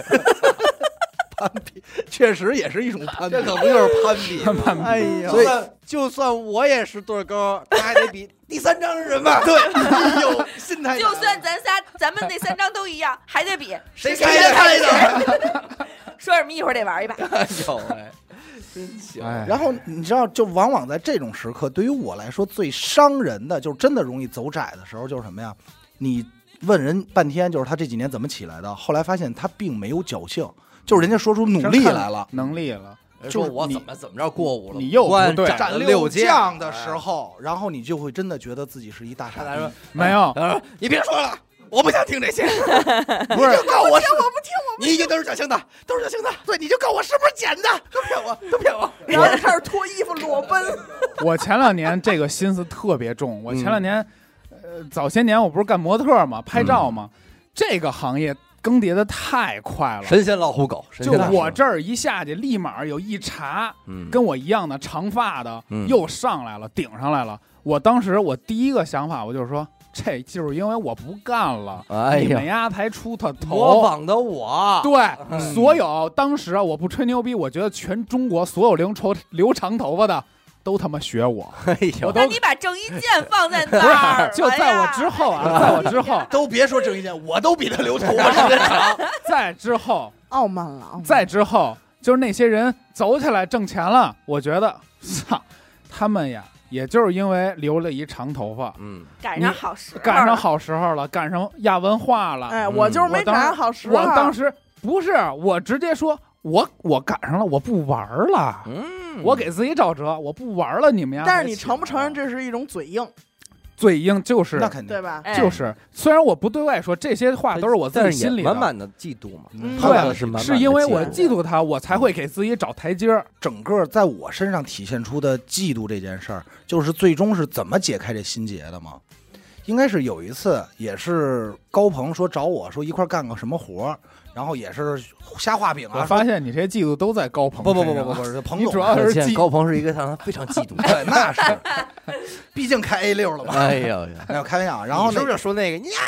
B: 确实也是一种攀比
F: 这。可不就是攀比吗？
D: 攀比
C: 哎呦，
F: 就算就算我也是对勾，他还得比第三张是什么？
B: 对，哎呦，心态
E: 就算咱仨，咱们那三张都一样，还得比
B: 谁开的开的。
E: 说什么一会儿得玩一把。
A: [LAUGHS]
D: 啊
A: 哎呦喂，真行
D: 哎，
B: 然后你知道，就往往在这种时刻，对于我来说最伤人的，就是真的容易走窄的时候，就是什么呀？你问人半天，就是他这几年怎么起来的，后来发现他并没有侥幸，就是人家说出努力来 [LAUGHS] 了。
D: 能力了，
B: 是
A: 呃说我怎么怎么着过伍了，
D: 你又不
A: 关
D: 对
A: 斩
B: 斩
A: 了
B: 六
A: 将啊
B: 将的时，候，然后你就会真的觉得自己是一大傻
A: 他俩
B: 逼
A: 说
D: 没有，
A: 他说呃你别说了，我不想听这些，
D: [LAUGHS] 不是
A: 就告我是我不听我不听，你一定都是假性的，都是假性的，对，你就告我是不是捡的，都骗我，都骗我，
C: 然后开始脱衣服裸奔，
D: 我前两年这个心思特别重，我前
A: 嗯
D: 两年，呃，早些年我不是干模特嘛，拍照嘛，这个行业更迭的太快了。
A: 嗯神仙老虎狗，神
D: 就
A: 仙老虎狗
D: 我这儿一下去，立马有一查，
A: 嗯
D: 跟我一样的长发的
A: 嗯
D: 又上来了，顶上来了。我当时我第一个想法，我就是说，这就是因为我不干了，
A: 哎
D: 你们哦
A: 呀，
D: 丫才出他
A: 模
D: 头。
A: 仿嗯的我，
D: 对，所有当时啊，我不吹牛逼，我觉得全中国所有留长留长头发的都他妈学我。
A: [LAUGHS] 哎
D: 我
A: 呀，
D: 都
E: 那你把郑伊健放在那
D: [LAUGHS] 不
E: 儿，哎
D: 是，就在我之后
A: 哎
D: 啊，在我之后，
B: 都别说郑伊健，我都比他留 [LAUGHS] 头发。
D: 在之后，
C: [LAUGHS] 傲慢了，傲慢
D: 在之后，就是那些人走起来挣钱了，我觉得，操，他们呀，也就是因为留了一长头发，
A: 嗯，
E: 赶上好时候
D: 赶上好时候了，赶上亚文化了。
C: 哎，我就是没
D: 我当时
C: 赶上好时候，
D: 我当时不是，我直接说，我我赶上了，我不玩了，
A: 嗯
D: 我给自己找辙，我不玩了，你们呀。
C: 但是你承不承
D: 啊
C: 认这是一种嘴硬，
D: 嘴硬就是
B: 那肯定
C: 对，吧？
E: 哎
D: 就是，虽然我不对外说这些话，都是我自
A: 但
D: 己
A: 是也
D: 心里的
A: 满满的嫉妒嘛，
B: 嗯
D: 对
A: 他俩是满满的
D: 是因为我
A: 嫉妒
D: 嫉妒他，我才会给自己找台阶儿。
B: 整个在我身上体现出的嫉妒这件事儿，就是最终是怎么解开这心结的吗？应该是有一次，也是高鹏说找我说一块儿干个什么活儿，然后也是瞎画饼
D: 我
B: 啊，
D: 发现你这些嫉妒都在高鹏
B: 不不
D: 身
B: 不
D: 上
B: 不不不，啊彭
D: 你
B: 总
D: 主要
A: 可
D: 是
A: 见
D: 嫉
A: 高鹏是一个让他非常嫉妒的
B: 对，那是，毕竟开 A 六了嘛。
A: 哎呀呀，
B: 没有开玩笑，然后
F: 你是
B: 那
F: 不是说那个？
D: [LAUGHS]
F: 你呀，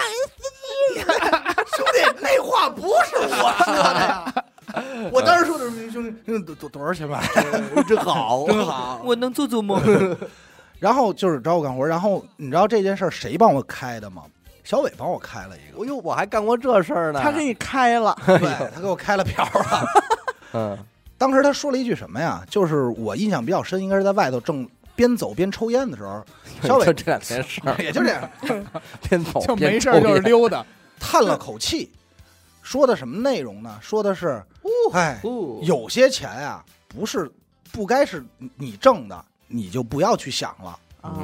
B: 兄弟那话不是我说的呀，我当时说的是兄弟兄弟多多多少钱吧，
F: 真好，真
D: 啊
F: 好。
A: 我能做做梦，
B: 然后就是找我干活，然后你知道这件事儿谁帮我开的吗？小伟帮我开了一个，
A: 哎
F: 我哟，我还干过这事儿呢。
C: 他给你开了，
B: 对他给我开了瓢了。
A: [LAUGHS] 嗯
B: 当时他说了一句什么呀？就是我印象比较深，应该是在外头正边走边抽烟的时候，小
A: 就
B: 伟
A: 这两件事儿，
B: 也就这样
A: 边走
D: 就
A: 边
D: 没事
A: 抽
D: 儿就是
A: 烟
D: 溜达。
B: 叹了口气，说的什么内容呢？说的是，哎，
A: [LAUGHS] 哦
B: 有些钱啊，不是不该是你挣的，你就不要去想了。
C: 啊，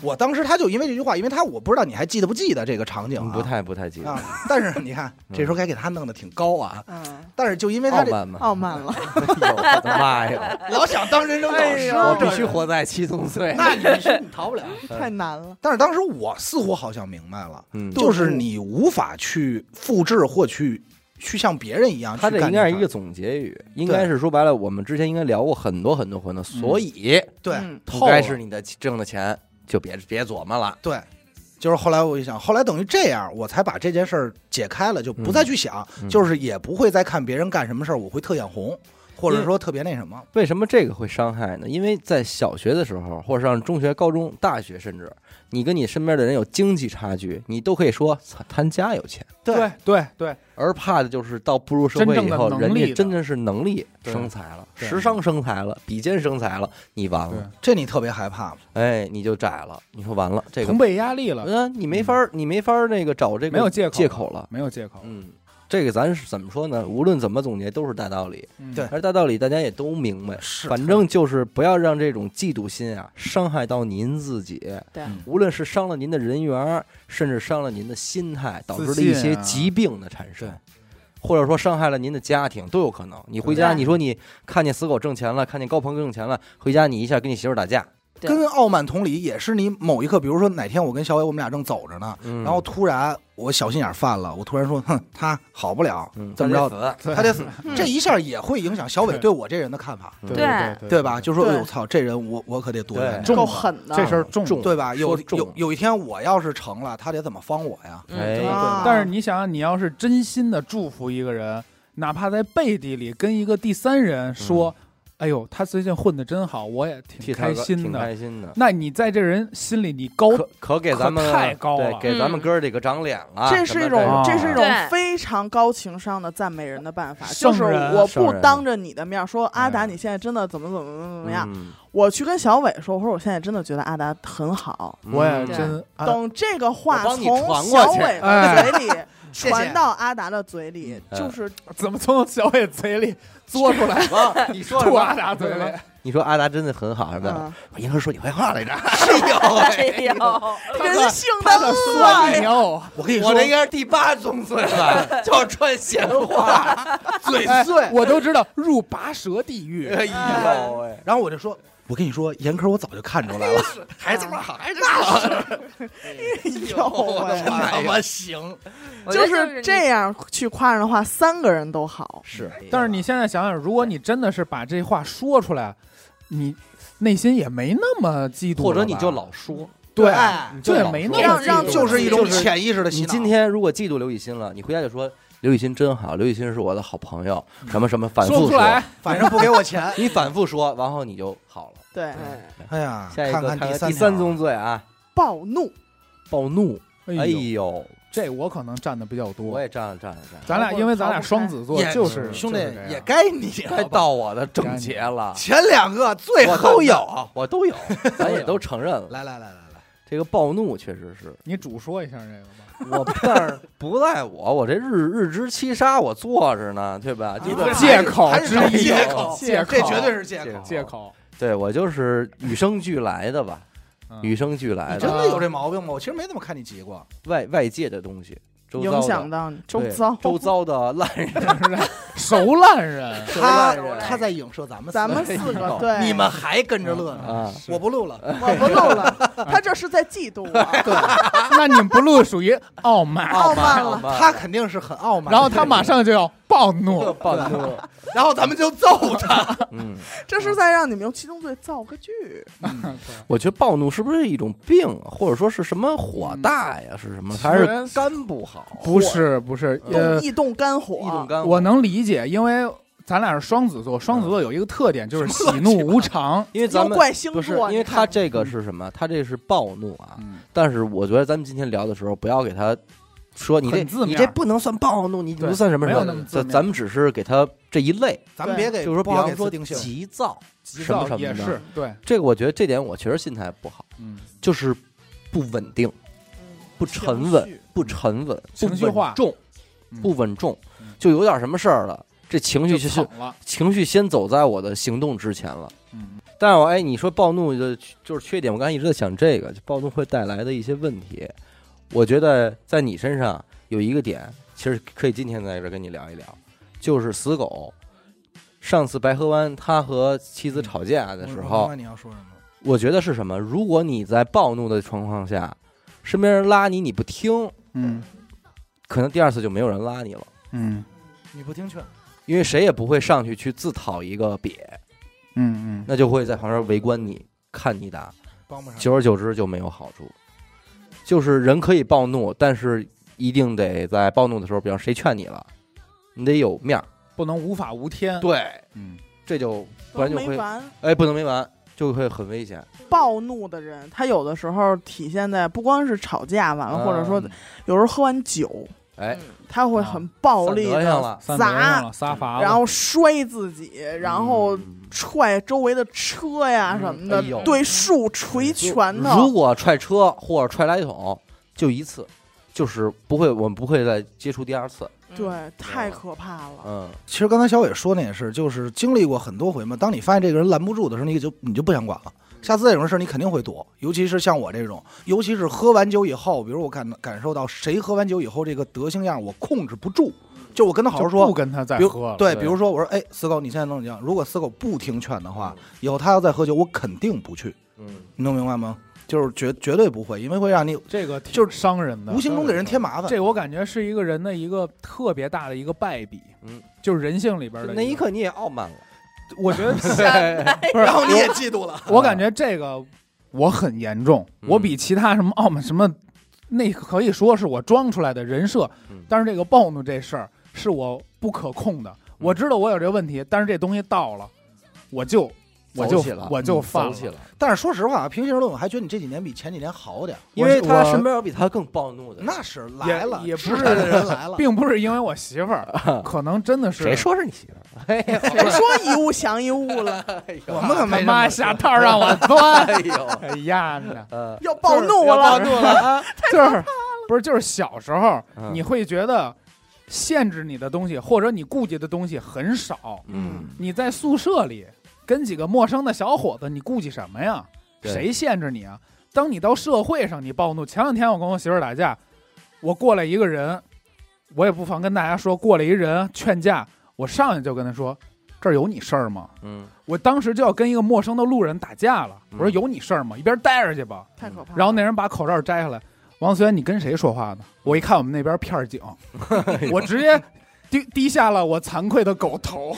B: 我当时他就因为这句话，因为他我不知道你还记得不记得这个场景、
A: 嗯
B: 啊，
A: 不太不太记得，
B: 啊。但是
A: [LAUGHS]
B: 你看，
A: 嗯
B: 这时候该给他弄得挺高啊。
C: 嗯，
B: 但是就因为他
A: 傲
B: 这
A: 慢嘛，
C: 傲慢
A: [LAUGHS]
C: 了，
A: 哎呦我的妈呀！
B: [LAUGHS] 老想当人生导
C: 哎
B: 师，
C: 呦
A: 我必须活在七宗罪。
B: 那你是你逃不了。
C: 太难了，
B: 但是当时我似乎好像明白了，
A: 嗯，
B: 就是你无法去复制或去去像别人一样去
A: 他这
B: 干这
A: 应该是
B: 事儿
A: 一个总结语，应该是说白了，我们之前应该聊过很多很多回呢，所以
B: 对
C: 嗯
A: 不
B: 透
A: 该
B: 了
A: 是你的挣的钱，就别别琢磨了。
B: 对，就是后来我一想，后来等于这样，我才把这件事儿解开了，就不再去想，
A: 嗯
B: 就是也不会再看别人干什么事儿，我会特眼红，或
A: 嗯
B: 者说特别那什么。
A: 为什么这个会伤害呢？因为在小学的时候，或者上中学、高中、大学，甚至你跟你身边的人有经济差距，你都可以说操他家有钱，
D: 对对对，
A: 而怕的就是到步入社会以后，
D: 真正的能
A: 人
D: 力
A: 家
D: 的
A: 真的是能力
D: 对
A: 生财了，
D: 对
A: 时尚生财了，比肩生财了，你完了，
B: 这你特别害怕吗？
A: 哎，你就窄了，你说完了，这个
D: 同辈压力了，
A: 嗯，你没法儿，你没法儿那个找这个
D: 没有借口
A: 借口了。
D: 没有借口。
A: 嗯，这个咱是怎么说呢？无论怎么总结，都是大道理。
D: 嗯
B: 对
A: 而大道理大家也都明白，
B: 是
A: 反正就是不要让这种嫉妒心啊伤害到您自己。
E: 对
B: 嗯
A: 无论是伤了您的人缘，甚至伤了您的心态，导致了一些疾病的产生。
B: 对
A: 或者说伤害了您的家庭都有可能。你回家，
E: 对
A: 你说你看见死狗挣钱了，看见高鹏挣钱了，回家你一下跟你媳妇儿打架，
E: 对
B: 跟傲慢同理，也是你某一刻，比如说哪天我跟小伟我们俩正走着呢，
A: 嗯
B: 然后突然我小心眼儿犯了，我突然说，哼，他好不了，
A: 嗯
B: 怎么着，
A: 着？
D: 对
B: 他
A: [LAUGHS]
B: 得死，
E: 嗯
B: 这一下也会影响小伟
D: 对
B: 对我这人的看法，
A: 嗯
D: 对
E: 对
D: 对
B: 对吧？就说，哎
C: 对
B: 呦，操，这人我我可得多
A: 对
B: 远点
D: 重
C: 够
D: 的
C: 狠的，啊
D: 这事儿重
A: 重
B: 对吧？有
A: 说中
B: 有有一天我要是成了，他得怎么方我呀？
A: 哎
E: 嗯
C: 啊
D: 但是你想想，你要是真心的祝福一个人，哪怕在背地里跟一个第三人说：“哎呦，他最近混的真好，我也
A: 嗯替
D: 挺
A: 他
D: 开
A: 个挺
D: 心的。
A: 开心的”。
D: 那你在这人心里，你高
A: 可可给
D: 可
A: 咱们
D: 太高
A: 对
D: 了
A: 给咱们
E: 嗯
A: 哥儿几个长脸了。
C: 这是一
A: 什么
C: 种，
D: 啊
C: 这是一种
E: 对
C: 非常高情商的赞美人的办法，就
D: 圣
C: 是
D: 人
C: 我
A: 圣
C: 不
A: 人
C: 当着你的面说阿达，
D: 哎
C: 你现在真的怎么怎么怎么怎
A: 这
C: 么
A: 种
C: 样，
A: 嗯
C: 我去跟小伟说，我说我现在真的觉得阿达很好。
A: 嗯
D: 我也
E: 对
D: 真啊
C: 等这个
A: 我
C: 话
A: 帮
C: 从
A: 你传过
C: 小
A: 去
C: 伟的
D: 哎
C: 嘴里
F: 谢
C: 传
F: 谢。？
C: 到阿达的嘴里，
A: 嗯
C: 就是
D: 怎么从小野嘴里嘬出来
A: [LAUGHS]
F: 啊，你说什
D: 吐阿
F: 么？
D: 达嘴里，
A: 你说阿达真的很好，是吧？
C: 嗯
A: 我应该说你坏话来着。
E: [LAUGHS] 哎呦，
C: 人性
D: 他
C: 的
D: 的
C: 恶
D: 酸牛，
B: 我跟你说
F: 我，这应该是第八宗罪吧，叫传闲话，
B: 嘴
D: 哎
B: 碎。
D: 我都知道入拔舌地狱。
F: 哎呦喂，
B: 然后我就说，我跟你说，严科我早就看出来了。
F: 还这么好，还这么好，
C: 有
F: 我
C: 哎
F: 他妈他妈行，
E: 我觉
C: 就
E: 得
C: 是
E: 是
C: 这样去夸人的话，三个人都好。
B: 是
D: 但是你现在想想，如果你真的是把这话说出来，你内心也没那么嫉妒了吧，
A: 或者你就老说，
D: 对，
B: 哎
D: 就也
A: 老
D: 没
A: 说
D: 那么
C: 让
D: 嫉
C: 让
D: 妒
B: 就是一种
A: 就是
B: 潜意识的洗
A: 你
B: 脑。
A: 今天如果嫉妒刘雨欣了，你回家就说刘雨欣真好，刘雨欣是我的好朋友，什么什么，反
D: 说
A: 复
D: 不出来，
B: 反正不给我钱
A: [LAUGHS] 。你反复说，然后你就好了。
C: 对，
B: 哎呀，
A: 下一个
B: 看
A: 看第
B: 第三
A: 三
B: 条
A: 宗罪啊，
C: 暴怒，
A: 暴怒。哎
D: 哎呦，
A: 呦，
D: 这我可能占的比较多
A: 我。也占了占了占了，
D: 咱俩因为咱俩双子座
B: 也，
D: 就是
B: 兄弟
D: 就是这样
B: 也该你
A: 该
B: 了吧。
A: 到我的症结了。
B: 前两个最
A: 我
B: 后
A: 都
B: 有，
A: [LAUGHS] 有，我都有，咱也都承认了。
B: 来来来来来，
A: 这个暴怒确实是
D: 你主说一下这个吧。
A: 我，但是 [LAUGHS] 不赖我，我这日日之七杀我坐着呢，对吧？你
B: 啊
D: 借口
B: 还是
D: 之
B: 找
D: 一，啊
B: 借口
D: 借口，
B: 这绝对是借
A: 借
B: 口。
A: 口
D: 借口。
A: 对我就是与生俱来的吧，
D: 嗯
B: [LAUGHS]
A: 与生俱
B: 你
A: 来
B: 真
A: 的
B: 的有这毛病吗？我其实没怎么看你急过。
A: 外外界的东西，周遭
C: 影响
A: 的
C: 到你周
A: 对
C: 遭。
A: 周遭的烂人，
D: 熟烂人，
B: 他
A: 人
B: 他在影射咱们四
C: 咱
B: 个，
C: 们四个
A: 哎
C: 对，
B: 你们还跟着乐
D: 嗯
B: 呢。
A: 啊，
B: 我不录了，
C: 我 [LAUGHS] 不录了，他这是在嫉妒我，
D: 那你们不录属于傲慢，
C: 傲
A: [LAUGHS]
C: 慢
A: 傲
C: 了。
A: 慢
B: 他肯定是很傲慢。
D: 然后他马，上就要暴怒，
A: 暴
D: [LAUGHS]
A: 怒，
B: 然后咱们就揍他。
A: 嗯，
C: 这是在让你们用七宗罪造个句。
A: 我觉得暴怒是不是一种病，或者说是什么
D: 嗯
A: 火大呀，是什么？还是肝不好？
D: 不是不是，
C: 动
D: 呃，
C: 易动肝火，
A: 一种肝火，
D: 我能理解，因为咱俩是双子座，双子
B: 嗯
D: 座有一个特点就是喜怒无常，
A: 因为咱
C: 又
A: 们
C: 怪星
A: 不是，
C: 座，
A: 因为
C: 你
A: 他
C: 看
A: 这个是什么？他这是暴怒啊，
D: 嗯，
A: 但是我觉得咱们今天聊的时候，不要给他说你这
D: 很字
A: 你
D: 面
A: 这不能算暴怒，你
D: 对
A: 不算什么
D: 没
A: 什
D: 有
A: 么，
D: 那么字
A: 咱
D: 面
A: 咱们只是给他这一类，
B: 咱们别给，
A: 就是说，比
B: 不好
A: 方
B: 给
A: 说
B: 自定性。
A: 急躁，
D: 急
A: 什么
D: 躁
A: 什么
D: 也
A: 的
D: 是对，
A: 这个我觉得这点我确实心态不好，
D: 嗯，
A: 就是不稳定、不沉稳、不沉稳、不
D: 情绪化
A: 稳重、
D: 嗯
A: 不稳重
D: 嗯，
A: 就有点什么事儿了，这情绪就
D: 就
A: 是
D: 捧了，
A: 情绪先走在我的行动之前了。
D: 嗯，
A: 但是我哎，你说暴怒的就是缺点，我刚才一直在想这个，就暴怒会带来的一些问题。我觉得在你身上有一个点，其实可以今天在这跟你聊一聊，就是死狗。上次白河湾他和妻子吵架的时
B: 我
A: 候
B: 明白，你要说什么？
A: 我觉得是什么？如果你在暴怒的状况下，身边人拉你你不听，
D: 嗯
A: 可能第二次就没有人拉你了，
D: 嗯
B: 你不听劝，
A: 因为谁也不会上去去自讨一个瘪，
D: 嗯嗯，
A: 那就会在旁边围观你，看你打。
B: 帮不上。
A: 久而久之就没有好处。就是人可以暴怒，但是一定得在暴怒的时候，比方谁劝你了，你得有面儿。
D: 不能无法无天，
A: 对，
D: 嗯，
A: 这就不
C: 都
A: 然就
C: 没
A: 会
C: 完。
A: 哎不能没完，就会很危险。
C: 暴怒的人，他有的时候体现在不光是吵架完了，
A: 嗯
C: 或者说有时候喝完酒，
A: 哎，
C: 他会很暴力
A: 散德性
C: 的
A: 了
D: 三德上
C: 砸，
D: 了仨法，
C: 然后摔自己，然后
A: 嗯
C: 踹周围的车呀什么的
A: 嗯哎呦，
C: 对树捶拳
A: 如
C: 头。
A: 果踹车或者踹垃圾桶，就一次，就是不会，我们不会再接触第二次。
C: 对，太可怕了。
A: 嗯，
B: 其实刚才小伟说那也是，就是经历过很多回嘛。当你发现这个人拦不住的时候，你就你就不想管了。下次再有种事儿你肯定会躲，尤其是像我这种，尤其是喝完酒以后，比如我感感受到谁喝完酒以后这个德行样，我控制不住，就我跟他好好
D: 就
B: 说
D: 不，跟他再
B: 比
D: 喝
B: 如
D: 了，
B: 对，
A: 对
B: 比如说我说，哎，死狗，你现在弄怎样？如果死狗不听劝的话，以后他要再喝酒，我肯定不去，
A: 嗯，
B: 你能明白吗？就是绝绝对不会，因为会让你
D: 这个挺
B: 就是
D: 伤人的，
B: 无形中给人添麻烦。
D: 这我感觉是一个人的一个特别大的一个败笔，
A: 嗯，
D: 就是人性里边
A: 就
D: 的
A: 那一
D: 个，
A: 刻你也傲 [LAUGHS] 慢了。
D: 我觉得不是
B: 然，后你
D: [LAUGHS]
B: 也嫉妒了，
D: 我感觉这个我很严重，
A: 嗯
D: 我比其他什么傲慢什么，那可以说是我装出来的人设
A: 嗯，
D: 但是这个暴怒这事儿是我不可控的，
A: 嗯
D: 我知道我有这问题，但是这东西到了，我就
A: [LAUGHS]
D: 我
A: 走
D: 就
A: 起了嗯
D: 我就放
A: 走起了，
B: 但是说实话，啊平心而论，我还觉得你这几年比前几年好点儿。
A: 因为
D: 我
A: 他
D: 我
A: 身边有比他更暴怒的。
B: 那是来了，
D: 也也不
B: 是
D: 是
B: 的人来了。
D: 并不是因为我媳
A: [LAUGHS]
D: 妇儿，可能真的是
A: 谁说是你媳妇儿？哎呦
C: 谁说一物降一物了？
B: 我们可
D: 他
B: 没这
D: 妈
B: 么
D: 下套让我钻， [LAUGHS]
A: 哎呦， [LAUGHS]
D: 哎呀，
A: 呃，
C: 要暴怒了，
A: 了啊！
D: 就是不是，就是小时候
A: 嗯
D: 你会觉得限制你的东西或者你顾忌的东西很少。
A: 嗯，
D: 你在宿舍里跟几个陌生的小伙子，你顾忌什么呀？
A: 对
D: 谁限制你啊？当你到社会上，你暴怒。前两天我跟我媳妇儿打架，我过来一个人，我也不妨跟大家说，过来一人劝架，我上去就跟他说：“这儿有你事儿吗？”
A: 嗯，
D: 我当时就要跟一个陌生的路人打架了，我说
A: 嗯
D: 有你事儿吗？一边待着去吧。
C: 太可怕了。
E: 啊
D: 然后那人把口罩摘下来，王思源，你跟谁说话呢？我一看我们那边
A: [LAUGHS]
D: 片儿警，
A: 哎
D: 我直接低低下了我惭愧的狗头。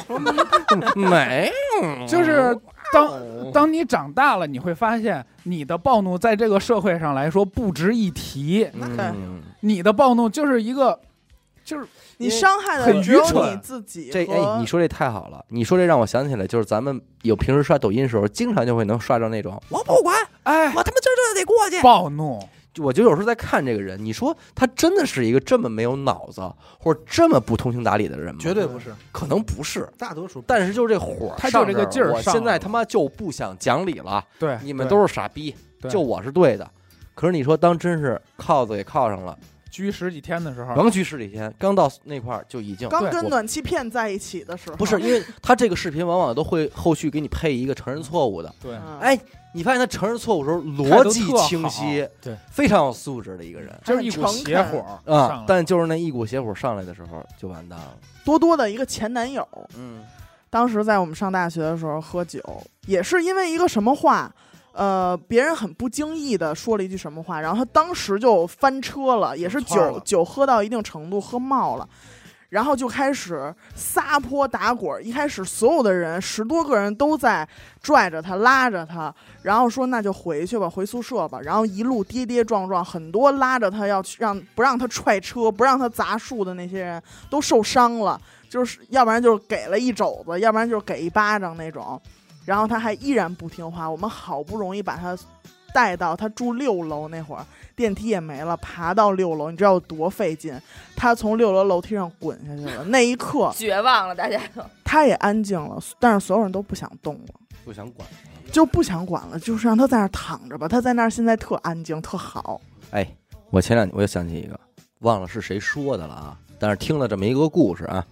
A: 没，哦
D: 就是当当你长大了，你会发现你的暴怒在这个社会上来说不值一提，
A: 嗯，
D: 你的暴怒就是一个就是
C: 你伤害的
A: 很
C: 只有
A: 愚蠢
C: 你自己
A: 这哎，
C: 和
A: 你说这太好了，你说这让我想起来，就是咱们有平时刷抖音的时候，经常就会能刷着那种，
C: 哦
A: 我不管，
D: 哎
A: 我他妈今儿就得过去。
D: 暴怒。
A: 我就有时候在看这个人，你说他真的是一个这么没有脑子，或者这么不通情达理的人吗？
B: 绝对不是，
A: 可能不是，
B: 大多数。
A: 但是就是这火儿上儿，
D: 他就这个劲儿
A: 我
D: 上
A: 现在
D: 了
A: 他妈就不想讲理了，
D: 对，
A: 你们
D: 对
A: 都是傻逼，
D: 对
A: 就我是对的。可是你说，当真是铐子给铐上了，
D: 拘十几天的时候，
A: 刚去十几天，刚到那块儿就已经
C: 刚跟
A: 我
C: 暖气片在一起的时候，
A: 不是，因为他这个视频往往都会后续给你配一个承认错误的。
D: 对
C: 嗯
A: 哎，你发现他承认错误的时候
D: 态
A: 逻
D: 度
A: 辑
D: 特好
A: 清晰，
D: 对，
A: 非常有素质的一个人
D: 就是一股邪火
A: 啊
D: 上。来。
A: 但就是那一股邪火上来的时候就完蛋了。
C: 多多的一个前男友，
A: 嗯，
C: 当时在我们上大学的时候喝酒，也是因为一个什么话，呃，别人很不经意的说了一句什么话，然后他当时就翻车了，也是
B: 就窜
C: 酒
B: 了
C: 酒喝到一定程度喝冒了。然后就开始撒泼打滚，一开始所有的人十多个人都在拽着他拉着他，然后说那就回去吧，回宿舍吧。然后一路跌跌撞撞，很多拉着他要去让不让他踹车、不让他砸树的那些人都受伤了，就是要不然就是给了一肘子，要不然就是给一巴掌那种。然后他还依然不听话，我们好不容易把他带到他住六楼那会儿，电梯也没了，爬到六楼，你知道有多费劲？他从六楼楼梯上滚下去了，那一刻
E: 绝望了，大家 [LAUGHS] 都
C: 他也安静了，但是所有人都不想动了。
A: 不想管。
C: 就不想管了，就是让他在那儿躺着吧。他在那儿现在特安静，特好。
A: 哎，我前两我又想起一个，忘了是谁说的了啊，但是听了这么一个故事啊，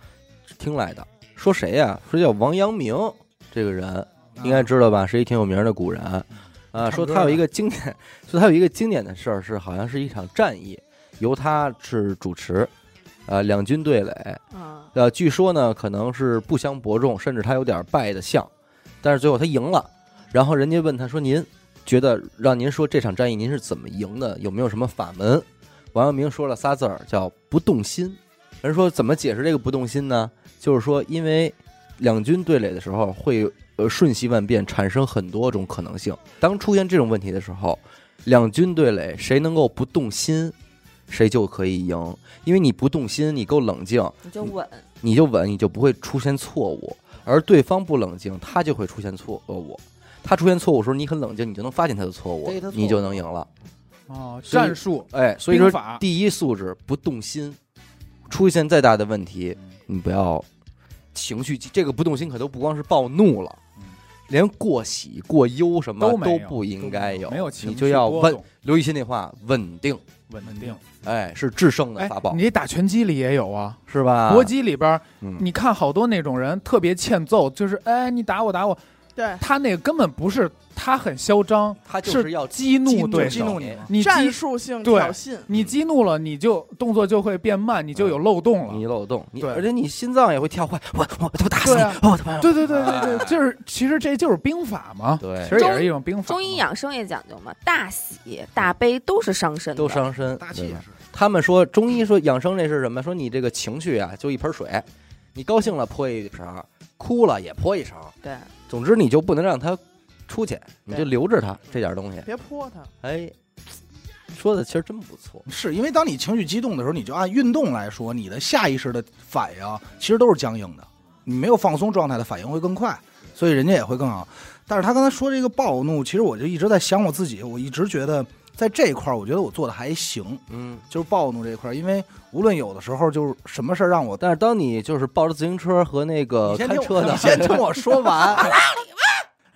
A: 听来的，说谁呀、说叫王阳明这个人，
B: 啊
D: 啊
A: 应该知道吧？是一挺有名的古人啊。
D: 嗯唱
A: 说
D: 歌
A: 他有
D: 的
A: 一个经典， [LAUGHS] 说他有一个经典的事儿是，好像是一场战役，由他是主持，呃，两军对垒，
C: 嗯，
A: 呃，据说呢，可能是不相伯仲，甚至他有点败的相，但是最后他赢了。然后人家问他说：“您觉得让您说这场战役您是怎么赢的？有没有什么法门？”王阳明说了仨字儿，叫不动心。人说怎么解释这个不动心呢？就是说，因为两军对垒的时候会呃瞬息万变，产生很多种可能性。当出现这种问题的时候，两军对垒，谁能够不动心，谁就可以赢。因为你不动心，你够冷静，
E: 你就稳，
A: 你就稳，你就不会出现错误。而对方不冷静，他就会出现错误。他出现错误的时候，你很冷静，你就能发现他的错误
B: 逮他，错误
A: 你就能赢了。
D: 哦，
A: 所以
D: 战术
A: 哎，所以说
D: 兵法
A: 第一素质不动心，出现再大的问题，
B: 嗯
A: 你不要情绪激，这个不动心可都不光是暴怒了
D: 嗯，
A: 连过喜、过忧什么
D: 都没有
A: 不应该有，
D: 没有情
A: 你
D: 绪
A: 就要
D: 波
A: 稳
D: 动。
A: 刘雨欣那话，稳定，
D: 稳定。
A: 哎，是制胜的
D: 哎
A: 法，宝，
D: 你打拳击里也有啊，
A: 是吧？
D: 搏击里边儿
A: 嗯，
D: 你看好多那种人特别欠揍，就是哎你打我打我，
C: 对，
D: 他那个根本不是他很嚣张，
A: 他就是要
D: 激怒对
B: 激
D: 手，
B: 怒你嘛
D: 你
C: 战
D: 激
C: 术性
D: 对
C: 挑衅，
D: 你激怒了，你就动作就会变慢，你就有漏洞了。
A: 嗯你漏洞，你
D: 对
A: 而且你心脏也会跳快，我我他妈打死你，
D: 对啊
A: 我他妈
D: 对对对
A: 哎
D: 对对，就是其实这就是兵法嘛，
A: 对
D: 其实也是一种兵法嘛。
E: 中医养生也讲究嘛，大喜大悲都是伤身的，
A: 都伤身。
B: 大
A: 对
B: 气也啊
A: 吧
B: 是，
A: 他们说中医说养生这是什么？说你这个情绪啊，就一盆水，你高兴了泼一勺，哭了也泼一勺，
E: 对，
A: 总之你就不能让它出去，你就
E: 对
A: 留着它这点东西。
C: 别泼他。
A: 哎，说的其实真不错。
B: 是因为当你情绪激动的时候，你就按运动来说，你的下意识的反应其实都是僵硬的，你没有放松状态的反应会更快，所以人家也会更好。但是他刚才说这个暴怒，其实我就一直在想我自己，我一直觉得在这一块儿，我觉得我做的还行，
A: 嗯，
B: 就是暴怒这一块儿，因为无论有的时候就是什么事儿让我，
A: 但是当你就是抱着自行车和那个
B: 你先
A: 呃开
B: 听
A: 车
B: 我，
A: 的
B: [LAUGHS] 你，先听我说完，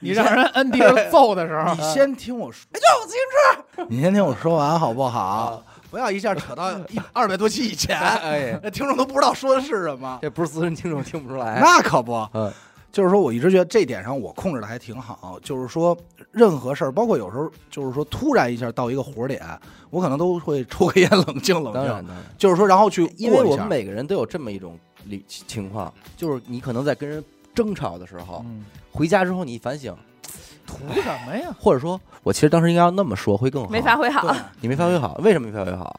D: 你让人摁地上揍的时候
B: 你，先听我说，哎，就我自行车，你先听我说完好不好？不要一下扯到一二百多期以
A: [LAUGHS]
B: 前，[LAUGHS]
A: 哎，
B: 那听众都不知道说的是什么。
A: 这不是资深听众听不出来。
B: 那可不，
A: 嗯，
B: 就是说我一直觉得这点上我控制的还挺好，就是说任何事儿，包括有时候就是说突然一下到一个火点，我可能都会抽根烟冷静冷
A: 当
B: 静，
A: 然，当然，
B: 就是说然后去
A: 因为
B: 过一
A: 我
B: 下
A: 们每个人都有这么一种理情况，就是你可能在跟人争吵的时候，
D: 嗯，
A: 回家之后你反省，
D: 图什么呀？
A: 或者说我其实当时应该要那么说会更好。
E: 没发挥好，
A: 你没发挥好，为什么没发挥好？